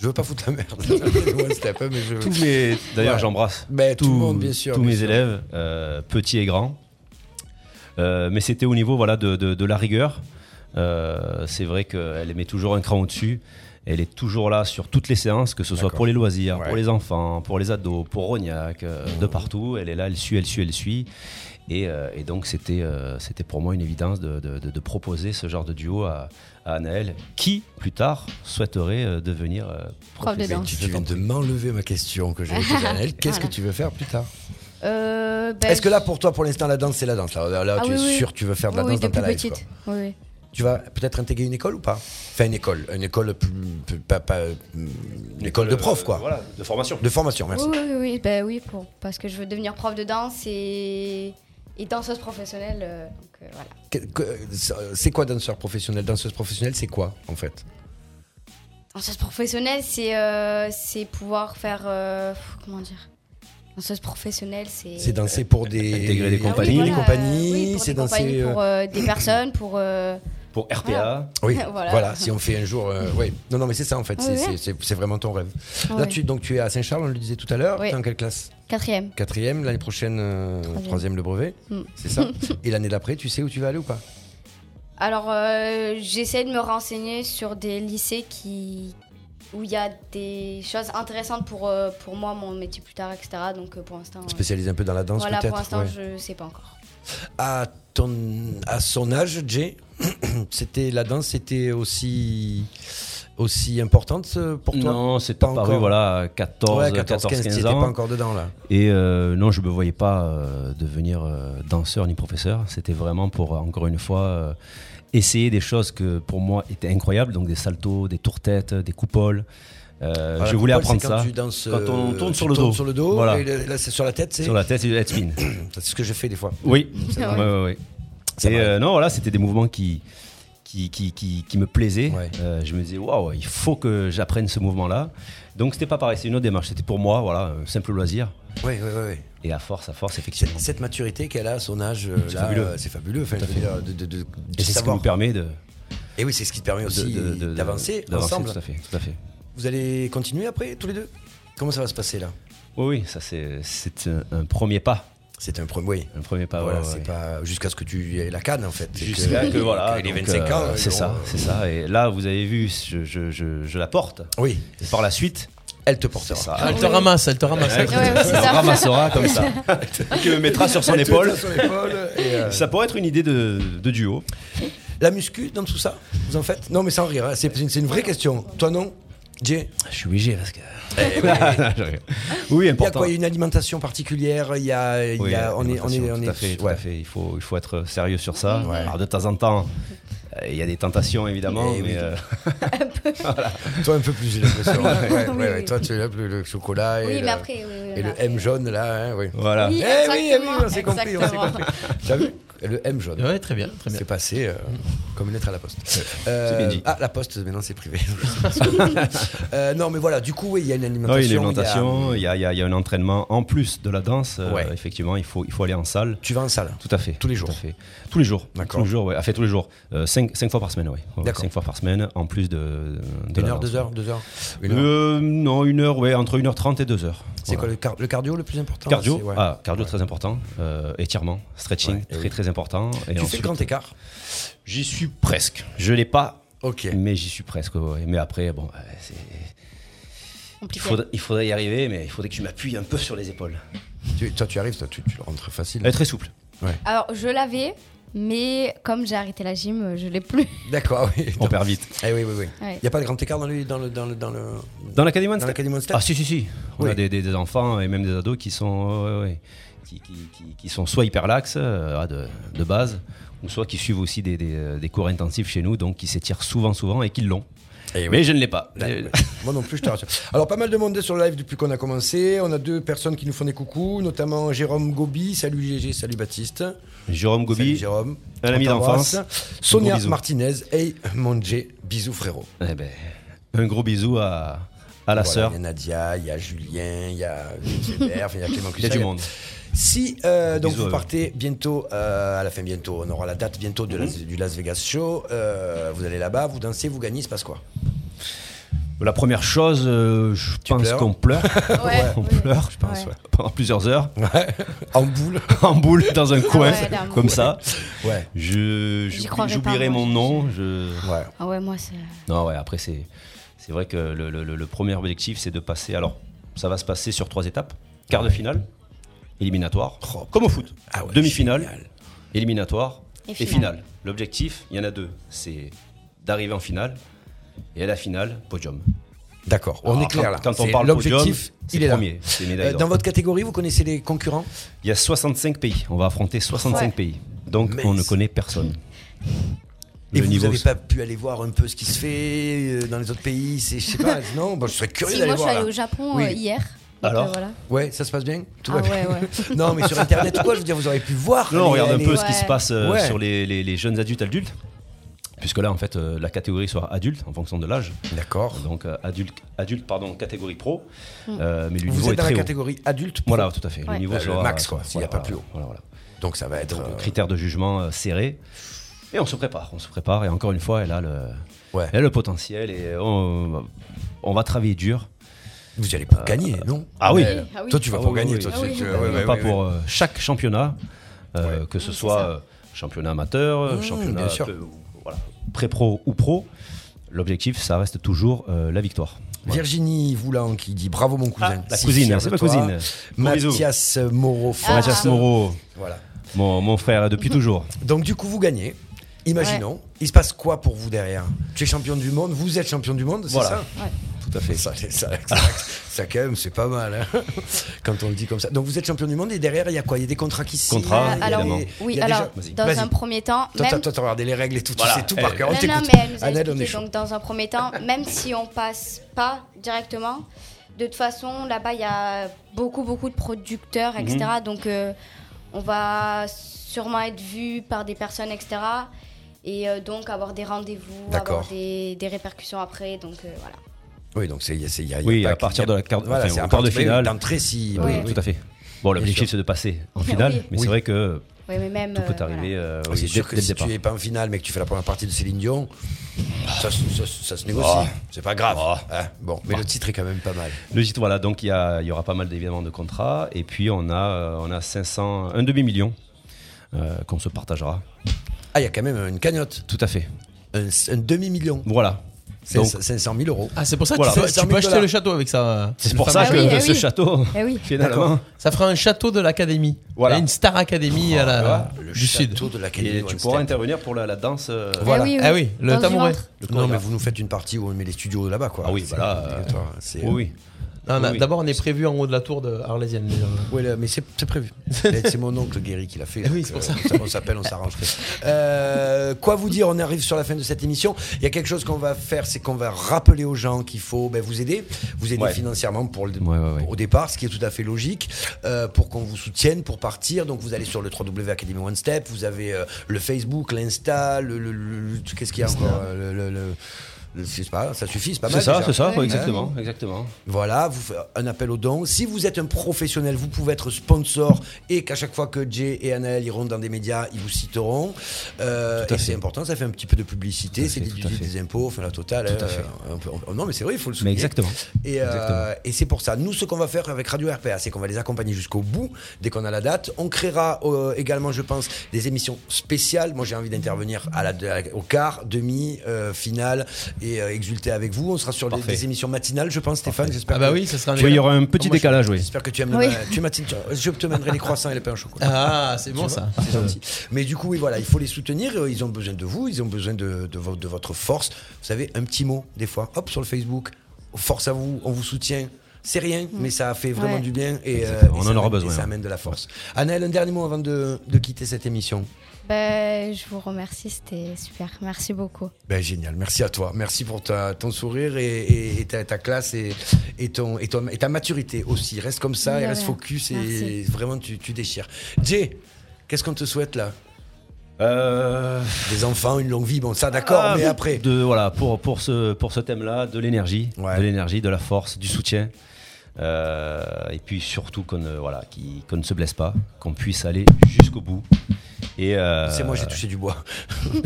B: Je veux pas foutre la merde. Ouais, c'était un peu, mais je-
D: tous mes. D'ailleurs,
B: Ouais.
D: j'embrasse
B: Ben, tout,
D: tous-
B: le monde, bien sûr.
D: tous
B: bien
D: mes
B: sûr.
D: élèves, euh, petits et grands. Euh, mais c'était au niveau voilà de, de- de la rigueur. Euh, c'est vrai qu'elle met toujours un cran au-dessus. Elle est toujours là sur toutes les séances, que ce soit
B: D'accord.
D: pour les loisirs,
B: Ouais.
D: pour les enfants, pour les ados, pour Rognac, euh, de partout. Elle est là, elle suit, elle suit, elle suit. Et, euh, et donc c'était euh, c'était pour moi une évidence de, de- de- de proposer ce genre de duo à, à Anaël, qui plus tard souhaiterait euh, devenir euh,
C: Prof de
B: Mais
C: danse.
B: tu, tu viens de m'enlever ma question que j'avais posée à Anaël. Qu'est-ce que
C: Voilà.
B: tu veux faire plus tard
C: Euh, ben,
B: Est-ce que là, pour toi, pour l'instant, la danse, c'est la danse Là, là, là,
C: Ah
B: tu
C: oui,
B: es
C: oui.
B: sûr que tu veux faire de la
C: oui,
B: danse dans ta
C: depuis
B: life
C: petite.
B: quoi.
C: Oui, oui.
B: Tu vas peut-être intégrer une école ou pas Enfin, une école. Une école, plus, plus- pas, pas- mm, une école de prof, quoi.
D: Euh, voilà, de formation.
B: De formation, merci.
C: Oui, oui, oui, oui, ben oui, pour, parce que je veux devenir prof de danse et, et danseuse professionnelle. euh, donc euh, voilà.
B: Que- que- C'est quoi danseur professionnel Danseuse professionnelle, c'est quoi en fait
C: Danseuse professionnelle, c'est euh, c'est pouvoir faire. euh, pff, comment dire Danseuse professionnelle, c'est.
B: C'est danser pour des,
D: Intégrer
C: Ah oui,
D: des compagnies.
C: voilà,
B: des
C: euh,
B: compagnies,
C: oui, pour
B: c'est
C: des compagnies,
B: danser. euh,
C: Pour euh, des personnes, pour. euh,
D: Pour RPA.
B: Oui, voilà.
C: Voilà.
B: si on fait un jour. euh, oui. Non, non, mais c'est ça en fait, c'est-
C: Oui,
B: c'est
C: oui.
B: c'est- c'est vraiment ton rêve. Là,
C: ouais.
B: tu, donc, tu es à Saint-Charles, on le disait tout à l'heure.
C: Oui.
B: T'es en quelle classe
C: Quatrième.
B: Quatrième, l'année prochaine, euh, troisième.
C: Troisième.
B: le brevet,
C: Mm.
B: c'est ça Et l'année d'après, tu sais où tu vas aller ou pas
C: Alors, euh, j'essaie de me renseigner sur des lycées qui, où il y a des choses intéressantes pour, euh, pour moi, mon métier plus tard, etc. Donc euh, pour l'instant. euh,
B: Spécialisé un peu dans la danse
C: Voilà,
B: peut-être
C: pour l'instant,
B: ouais.
C: je sais pas encore.
B: à, ton, à son âge, Jay, c'était la danse était aussi, aussi importante euh, pour toi
D: Non, c'est
B: Pas
D: apparu
B: encore.
D: voilà, à 14,
B: Ouais,
D: 14, 15,
B: t'y étais
D: ans.
B: pas encore dedans là.
D: Et euh, non, je me voyais pas euh, devenir euh, danseur ni professeur. C'était vraiment pour, euh, encore une fois, euh, essayer des choses que pour moi étaient incroyables, donc des saltos, des tourtettes, des coupoles. Euh,
B: Voilà,
D: je voulais
B: Ah, coupole,
D: apprendre
B: c'est quand
D: ça.
B: Tu danses,
D: Quand on
B: euh,
D: tourne
B: tu
D: sur le
B: tournes
D: dos.
B: sur le dos,
D: Voilà.
B: et le- là c'est sur la tête, c'est
D: Sur la tête, c'est head spin.
B: c'est ce que je fais des fois.
D: Oui,
C: Ouais.
D: Ouais, ouais, ouais.
B: Ça
D: Et
B: m'arrive.
D: euh, non, voilà, c'était des mouvements qui, qui, qui, qui, qui me plaisaient.
B: Ouais.
D: Euh, je me disais, waouh, il faut que j'apprenne ce mouvement-là. Donc c'était pas pareil, c'est une autre démarche. C'était pour moi, voilà, un simple loisir.
B: Oui, oui, oui. oui.
D: Et à force, à force,
B: Cette,
D: effectivement.
B: cette maturité qu'elle a à son âge, euh,
D: C'est
B: là,
D: fabuleux.
B: euh, c'est fabuleux. Enfin, je veux dire, de, de- de- de
D: Et c'est ce qui
B: savoir.
D: nous permet de
B: Et oui, c'est ce qui te permet
D: de-
B: aussi
D: de- de- de-
B: d'avancer
D: d'avancer,
B: ensemble.
D: Tout à fait, tout à fait.
B: Vous allez continuer après, tous les deux Comment ça va se passer là
D: Oui, oui, ça c'est, c'est un, un premier pas.
B: C'est un premier. Oui.
D: Un premier pas,
B: voilà,
D: ouais,
B: c'est
D: ouais.
B: pas jusqu'à ce que tu aies la canne en fait.
D: Jusqu'à que voilà,
B: les
D: donc,
B: 25 ans.
D: euh,
B: ils
D: c'est
B: ont-
D: ça, c'est ça. Et là, vous avez vu, je, je, je, je la porte.
B: Oui,
D: Et par la suite,
B: elle te portera.
D: c'est ça.
F: Ah, Elle te ramasse, elle te ramasse.
D: Ouais,
C: ouais, c'est
D: on
C: ça.
D: ramassera comme ça. Qui me mettra sur son
B: Elle te
D: épaule.
B: mettra sur l'épaule et, euh,
D: Ça pourrait être une idée de, de duo.
B: La muscu dans tout ça, vous en faites Non, mais sans rire, hein, c'est c'est une, c'est une vraie question. Toi non Jay
D: Je suis obligé parce que. Je rigole.
B: Il
D: oui,
B: y a
D: important.
B: quoi Il y a une alimentation particulière Il y a, il y
D: Oui,
B: a- on est, on est,
D: l'alimentation,
B: on
D: tout
B: est-
D: à fait, tout
B: ouais.
D: à fait. Il faut, il faut être sérieux sur ça. Alors, de temps en temps, euh, il y a des tentations évidemment,
B: Eh
D: mais
B: oui.
D: euh,
B: Toi un peu plus, j'ai l'impression. ouais, ouais,
C: Oui,
B: ouais,
C: oui.
B: Toi, tu es là plus le chocolat et,
C: Oui, mais
B: la-
C: après. oui, oui,
B: et le
C: après.
B: M jaune là, hein, oui.
D: voilà.
C: Oui,
B: Eh oui, eh oui,
C: exactement,
B: on s'est compris, on s'est
C: exactement.
B: T'as vu Le M jaune.
F: Ouais, très bien, très bien.
B: C'est passé euh, comme une lettre à la poste.
D: C'est bien dit.
B: Ah, la poste, maintenant c'est privé. Euh, non, mais voilà, du coup, oui, il y a une alimentation.
D: Oui, une
B: il y a-
D: alimentation, il y a, il y a- il y a un entraînement en plus de la danse. euh,
B: Ouais.
D: Effectivement, il faut, il faut aller en salle.
B: Tu vas en salle.
D: Tout à fait.
B: Tous les jours.
D: Tout à fait. Tous les jours.
B: D'accord.
D: Tous les jours, ouais. Ah, fait tous les jours. Euh, cinq, cinq fois par semaine, oui. Ouais,
B: D'accord.
D: Cinq fois par semaine, en plus de. de
B: Une
D: la
B: heure,
D: danse.
B: deux heures, deux heures. Une heure.
D: Euh, Non, une heure, ouais, entre 1h30 et 2h.
B: C'est quoi le, car- le cardio le plus important
D: Cardio,
B: c'est- ouais.
D: ah, cardio très important, euh, étirement, stretching
B: Ouais, et
D: très
B: oui.
D: très important. Et
B: Tu fais
D: ensuite,
B: le grand écart
D: J'y suis presque. Je l'ai pas,
B: Ok.
D: mais j'y suis presque. ouais. Mais après, bon, euh, c'est- il,
C: Compliqué.
D: faudrait, il faudrait y arriver, mais il faudrait que je m'appuie un peu sur les épaules.
B: Tu- toi, tu arrives, toi, tu, tu rentres facile.
D: Euh, très souple.
C: Alors, je l'avais, mais comme j'ai arrêté la gym, je l'ai plus.
B: D'accord, oui.
D: On perd vite.
B: Eh oui, oui, oui. Il
C: Ouais.
B: n'y a pas de grand écart dans le. Dans le, dans le, dans le...
D: Dans l'Académie One
B: Dans
D: Step
B: l'Académie One Step
D: Ah si, si, si. On
B: Oui.
D: a des, des- des enfants et même des ados qui sont, ouais, ouais, ouais, qui, qui- qui- qui sont soit hyperlaxes euh, ah, de, de base, ou soit qui suivent aussi des, euh, des- des cours intensifs chez nous, donc qui s'étirent souvent, souvent et qui l'ont.
B: Eh oui.
D: Mais je ne l'ai pas.
B: Là,
D: Euh,
B: ouais. Moi non plus, je te rassure. Alors, pas mal de monde est sur le live depuis qu'on a commencé. On a deux personnes qui nous font des coucous, notamment Jérôme Gobi. Salut GG, salut Baptiste.
D: Jérôme
B: Salut
D: Gobi,
B: Jérôme.
D: un ami
B: On t'embrasse.
D: d'enfance.
B: Sonia
D: Gros bisous.
B: Martinez. Hey, mon Jay. Bisous, frérot.
D: Eh ben, un gros bisou à, à la
B: Voilà,
D: sœur.
B: Il y a Nadia, il y a Julien, il y a Gilbert, enfin, il y a Clément
D: Il y a
B: Cussard,
D: du monde.
B: Si euh, donc
D: Bisous,
B: vous
D: euh.
B: partez bientôt, euh, à la fin bientôt, on aura la date bientôt de
D: Mhm.
B: Las- du Las Vegas Show. euh, vous allez là-bas, vous dansez, vous gagnez, il se passe quoi
D: La première chose, euh, je pense
B: pleures
D: qu'on pleure.
C: Ouais,
D: On
C: oui.
D: pleure, je
C: pense, ouais.
D: Pendant plusieurs heures,
B: En boule
D: en boule, dans un coin,
C: ouais, là,
D: comme ça.
B: Ouais.
D: Je,
C: J'y
D: j'oublie-
C: croirais pas,
D: j'oublierai
C: moi,
D: mon
C: je-
D: nom. Je...
B: Ouais.
C: Ah ouais, moi, c'est.
D: Non, ouais, après, c'est, c'est vrai que le, le- le- le premier objectif, c'est de passer. Alors, ça va se passer sur trois étapes quart de finale, éliminatoire, Oh, comme au foot.
B: Ah ouais,
D: Demi-finale,
B: génial.
D: éliminatoire
C: Et
D: et
C: finale.
D: finale. L'objectif, il y en a deux c'est d'arriver en finale et à la finale, podium.
B: D'accord, on
D: Alors,
B: est clair
D: Ah, quand-
B: là.
D: Quand on
B: C'est
D: parle podium,
B: l'objectif,
D: c'est
B: il est là.
D: premier, c'est médaille
B: Euh,
D: d'or.
B: dans votre catégorie, vous connaissez les concurrents
D: Il y a 65 pays. On va affronter 65
C: Ouais.
D: pays. Donc
B: Mais
D: on ne
B: c'est-
D: connaît personne.
B: Et vous n'avez
D: c'est-
B: pas pu aller voir un peu ce qui se fait euh, dans les autres pays c'est- Je sais pas, non Bon, Je serais curieux
C: Si,
B: d'aller
C: moi, je suis
B: voir.
C: allée
B: là.
C: au Japon
B: Oui.
C: euh, hier. Donc,
D: Alors
C: euh, voilà.
B: Ouais, ça se passe bien Tout
C: Ah
B: va bien
C: ouais, ouais.
B: Non, mais sur internet ou quoi Je veux dire, vous auriez pu voir.
D: Non, on
B: les-
D: regarde un
B: les-
D: peu ce
C: Ouais.
D: qui se passe euh,
B: Ouais.
D: sur les, les- les jeunes adultes adultes. Puisque là, en fait, euh, la catégorie sera adulte en fonction de l'âge.
B: D'accord.
D: Donc euh, adulte, adulte, pardon, catégorie pro. Euh, mais le
B: Vous
D: niveau
B: êtes
D: est
B: dans
D: très
B: la
D: haut.
B: catégorie adulte pro.
D: Voilà, tout à fait.
C: Ouais.
D: Le niveau
B: Le
D: sera
B: max, quoi,
D: voilà,
B: s'il n'y a pas
D: voilà,
B: plus haut.
D: Voilà, voilà.
B: Donc ça va être.
D: Donc,
B: euh,
D: critères de jugement euh, serrés. Et on se prépare, on se prépare. Et encore une fois, elle a le,
B: Ouais.
D: elle a le potentiel et on, on va travailler dur.
B: Vous y allez pour gagner, non
D: Ah oui.
B: Mais,
C: Ah oui.
B: Toi, tu vas
D: Ah
B: pour
D: oui,
B: gagner.
D: oui,
B: toi,
C: oui.
B: tu-
C: Ah oui.
B: tu- ouais,
D: Euh,
B: ouais,
D: pas
B: ouais,
D: pour
B: ouais.
D: euh, chaque championnat, euh, que ce
C: Oui, c'est
D: soit
C: ça.
D: euh, championnat amateur, euh,
B: Mmh,
D: championnat
B: bien sûr.
C: Ah,
D: peu- voilà, pré-pro ou pro. L'objectif, ça reste toujours euh, la victoire.
B: Virginie Voulan qui dit bravo mon cousin.
D: Ah, la
B: Si
D: cousine,
B: fier
D: c'est
B: de
D: ma
B: toi.
D: cousine. Gros bisous. Ah.
B: Mathias Moreau.
D: Mathias Moreau,
B: Voilà.
D: mon, mon frère euh,
C: Mmh.
D: depuis toujours.
B: Donc du coup, vous gagnez. Imaginons, il se passe quoi pour vous derrière Tu es champion du monde, vous êtes champion du monde, c'est
D: Voilà.
B: ça
C: Ouais.
B: Tout à fait. Ça, c'est- ça, ça, ça, quand même, c'est pas mal hein, quand on le dit comme ça. Donc vous êtes champion du monde et derrière, il y a quoi Il y a des contrats qui se signent,
D: Contrats,
B: il y a
C: alors,
D: évidemment.
B: des- Ah, il
C: oui,
B: y a
C: alors,
B: déjà-
C: dans
B: Vas-y.
C: un premier temps,
B: Toi,
C: même
B: toi, toi, t'as regardé les règles et tout,
D: Voilà.
B: tu sais tout par
D: Eh,
B: cœur. On
C: Non, non,
B: t'écoute.
C: mais elle nous a
B: Annette, on est
C: expliqué,
B: chaud.
C: donc dans un premier temps, même si on passe pas directement, de toute façon, là-bas, il y a beaucoup, beaucoup de producteurs, etc.
B: Mhm.
C: Donc, euh, on va sûrement être vu par des personnes, etc. Et euh, donc, avoir des rendez-vous,
B: D'accord.
C: avoir des, des répercussions après. Donc, euh, voilà.
B: Oui, donc c'est il y a- c'est- il y a- il y a
D: Oui,
B: pas
D: à
B: qu'il-
D: partir
B: il y a-
D: de la quart-
B: voilà,
D: enfin,
B: c'est
D: au
B: à
D: quart de
B: partir- oui,
D: finale.
B: D'entrée, si.
C: Ouais.
D: Oui, Euh, tout à fait. Bon, l'objectif
B: sûr.
D: c'est de passer en finale,
C: Oui.
D: mais
B: Oui.
D: c'est vrai que
C: Oui, mais même.
D: tout peut
C: euh,
D: arriver
C: voilà.
D: euh,
B: Ah,
D: oui,
B: c'est
D: dès,
B: sûr que
D: dès le
B: si
D: départ.
B: tu es pas en finale mais que tu fais la première partie de Céline Dion, ça, se- ça se- ça se négocie.
D: Oh.
B: C'est pas grave.
D: Oh.
B: hein. Bon, mais le titre est quand même pas mal.
D: Le titre, voilà, donc il y, a- il y aura pas mal d'événements de contrats, et puis on a, euh, on a 500, un demi-million euh, qu'on se partagera.
B: Ah, il y a quand même une cagnotte.
D: Tout à fait.
B: Un, un demi-million.
D: Voilà.
B: C'est
D: Donc,
B: 500 000 euros.
F: Ah, c'est pour ça que
D: Voilà.
F: tu, fais- tu
B: 500
F: peux
B: 000
F: acheter le château avec ça. euh,
D: c'est
F: le
D: pour
F: fameux
D: ça
C: Ah
D: que
F: château.
C: oui,
D: de
C: eh
D: ce
C: oui.
D: château,
C: Eh oui.
D: finalement,
F: Ça fera un château de l'académie.
D: Voilà.
F: Il y a Une star académie à la,
B: Oh, Le
F: du sud.
B: château de l'Académie
D: et tu pourras
B: One Step.
D: intervenir pour la, la danse. euh,
C: Ah
B: Voilà.
C: oui, oui.
F: Ah oui, le
C: Dans du
F: tambourin.
C: ventre.
D: le
B: Non, mais
D: chorégraphe.
B: vous nous faites une partie où on met les studios là-bas, quoi.
D: Ah oui,
B: C'est
D: voilà, euh,
B: obligatoire, hein. C'est-
D: Oui, oui.
F: Non, non,
D: Oui.
F: D'abord, on est prévu en haut de la tour de Arlésienne. déjà.
B: Ouais, là, mais c'est c'est prévu. c'est mon oncle Guéry qui l'a fait.
F: Ah oui,
B: donc,
F: c'est pour
B: euh, on
F: ça.
B: s- on s'appelle, on s'arrange. Euh, quoi vous dire On arrive sur la fin de cette émission. Il y a quelque chose qu'on va faire, c'est qu'on va rappeler aux gens qu'il faut ben, vous aider, vous aider
D: Ouais.
B: financièrement pour le,
D: Ouais, ouais, ouais.
B: au départ, ce qui est tout à fait logique, euh, pour qu'on vous soutienne, pour partir. Donc vous allez sur le www Academy One Step, vous avez euh, le Facebook, l'Insta, le, le- le- le- qu'est-ce qu'il y a encore Euh, le, le- le- le- je sais pas, ça suffit, c'est pas mal.
D: C'est ça,
B: déjà.
D: c'est ça, ouais,
B: Hein
D: exactement, exactement.
B: voilà, vous faites un appel aux dons. Si vous êtes un professionnel, vous pouvez être sponsor et qu'à chaque fois que Jay et Anaël iront dans des médias, ils vous citeront. Euh, et c'est important, ça fait un petit peu de publicité, c'est
D: fait, tout à
B: déduit
D: fait.
B: des impôts, enfin la totale. hein, on peut- on- non, mais c'est vrai, il faut le
D: Mais
B: souligner.
D: exactement.
B: Et, euh, et c'est pour ça. Nous, ce qu'on va faire avec Radio RPA, c'est qu'on va les accompagner jusqu'au bout, dès qu'on a la date. On créera euh, également, je pense, des émissions spéciales. Moi, j'ai envie d'intervenir à la, à la- au quart, demi, euh, finale et euh, exulter avec vous. On sera sur des,
D: Parfait.
B: des émissions matinales, je pense, Stéphane. J'espère
F: Ah bah
B: que-
F: oui, ça sera un
D: Oui, il y aura un petit
B: Moi, je-
D: décalage, oui.
B: J'espère que tu aimes
C: Oui.
B: le, tu es matin- tu- Je te mènerai les croissants et les pains au chocolat.
F: Ah, c'est bon ça.
B: C'est gentil. Mais du coup, oui, voilà, il faut les soutenir. euh, Ils ont besoin de vous, ils ont besoin de, de vo- de votre force. Vous savez, un petit mot, des fois, hop, sur le Facebook. Force à vous, on vous soutient. C'est rien, mais ça a fait vraiment
C: Mm. Ouais.
B: du bien et, euh,
D: Exactement,
B: et
D: on
B: ça
D: en
B: amène-
D: aura
B: et
D: besoin,
B: ça
D: ouais.
B: amène de la force. Anaël, un dernier mot avant de, de quitter cette émission.
C: Ben, je vous remercie, c'était super. Merci beaucoup.
B: Ben, génial, merci à toi. Merci pour ta, ton sourire et, et- et ta, ta classe et, et, ton, et, ton- et ta maturité aussi. Reste comme ça
C: De
B: et reste
C: rien.
B: focus et
C: Merci.
B: vraiment tu, tu déchires. Jay, qu'est-ce qu'on te souhaite là
D: Euh,
B: Des enfants, une longue vie, bon ça d'accord,
D: Ah,
B: mais après.
D: de voilà pour pour ce pour ce thème-là, de l'énergie,
B: Ouais.
D: de l'énergie, de la force, du soutien, Euh, et puis surtout qu'on ne voilà qui- qu'on ne se blesse pas, qu'on puisse aller jusqu'au bout. Et euh,
B: C'est moi, j'ai touché du bois.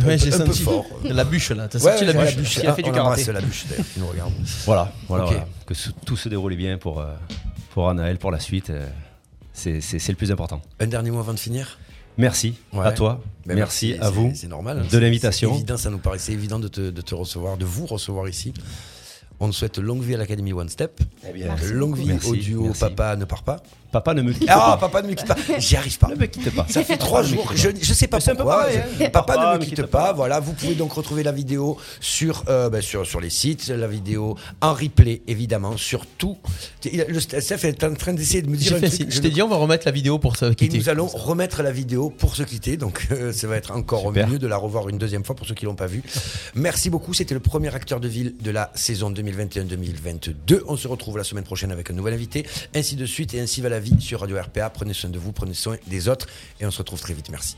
F: Ouais, j'ai
B: Un peu
F: senti
B: fort.
F: la bûche là. T'as
B: Ouais,
F: senti
B: ouais,
F: la
B: ouais,
F: bûche. Il a
B: Ah,
F: fait du
B: on
F: karaté.
B: embrasse la bûche, d'ailleurs, qui nous regarde.
D: voilà voilà,
B: Ok.
D: voilà. que ce- tout se déroule bien pour euh, pour Anaël, pour la suite. euh, c'est c'est- c'est le plus important.
B: Un dernier mot avant de finir
D: Merci
B: Ouais.
D: à toi,
B: Ben,
D: merci, à
B: c'est-
D: vous
B: C'est normal. hein,
D: de
B: c'est-
D: l'invitation.
B: C'est évident, ça nous paraissait évident de te, de te recevoir, de vous recevoir ici. On te souhaite longue vie à l'Académie One Step.
C: Merci
B: longue vie
C: beaucoup.
B: au
D: Merci,
B: duo
D: merci.
B: Papa ne part pas.
D: Papa ne me quitte
B: Ah,
D: pas.
B: papa ne me quitte pas. J'y arrive pas.
D: Ne me quitte pas.
B: Ça fait trois jours. Je, je sais pas
D: Mais c'est un peu
B: pourquoi.
D: pareil,
B: Je-
D: hein.
B: Papa ne
D: Papa
B: me quitte pas. Voilà, vous pouvez donc retrouver la vidéo sur, euh, bah, sur, sur les sites, la vidéo en replay évidemment, sur tout. Il a- Le staff est en train d'essayer de me dire.
F: J'ai
B: un
F: fait
B: truc,
F: signe.
B: je
F: Je t'ai
B: ne-
F: dit, on va remettre la vidéo pour se
B: Et
F: euh, quitter.
B: nous allons remettre la vidéo pour se quitter. Donc, euh, ça va être encore
D: Super.
B: mieux de la revoir une deuxième fois pour ceux qui l'ont pas vue. Merci beaucoup. C'était le premier acteur de ville de la saison 2021-2022. On se retrouve la semaine prochaine avec un nouvel invité. Ainsi de suite et ainsi va la vie sur Radio RPA. Prenez soin de vous, prenez soin des autres et on se retrouve très vite. Merci.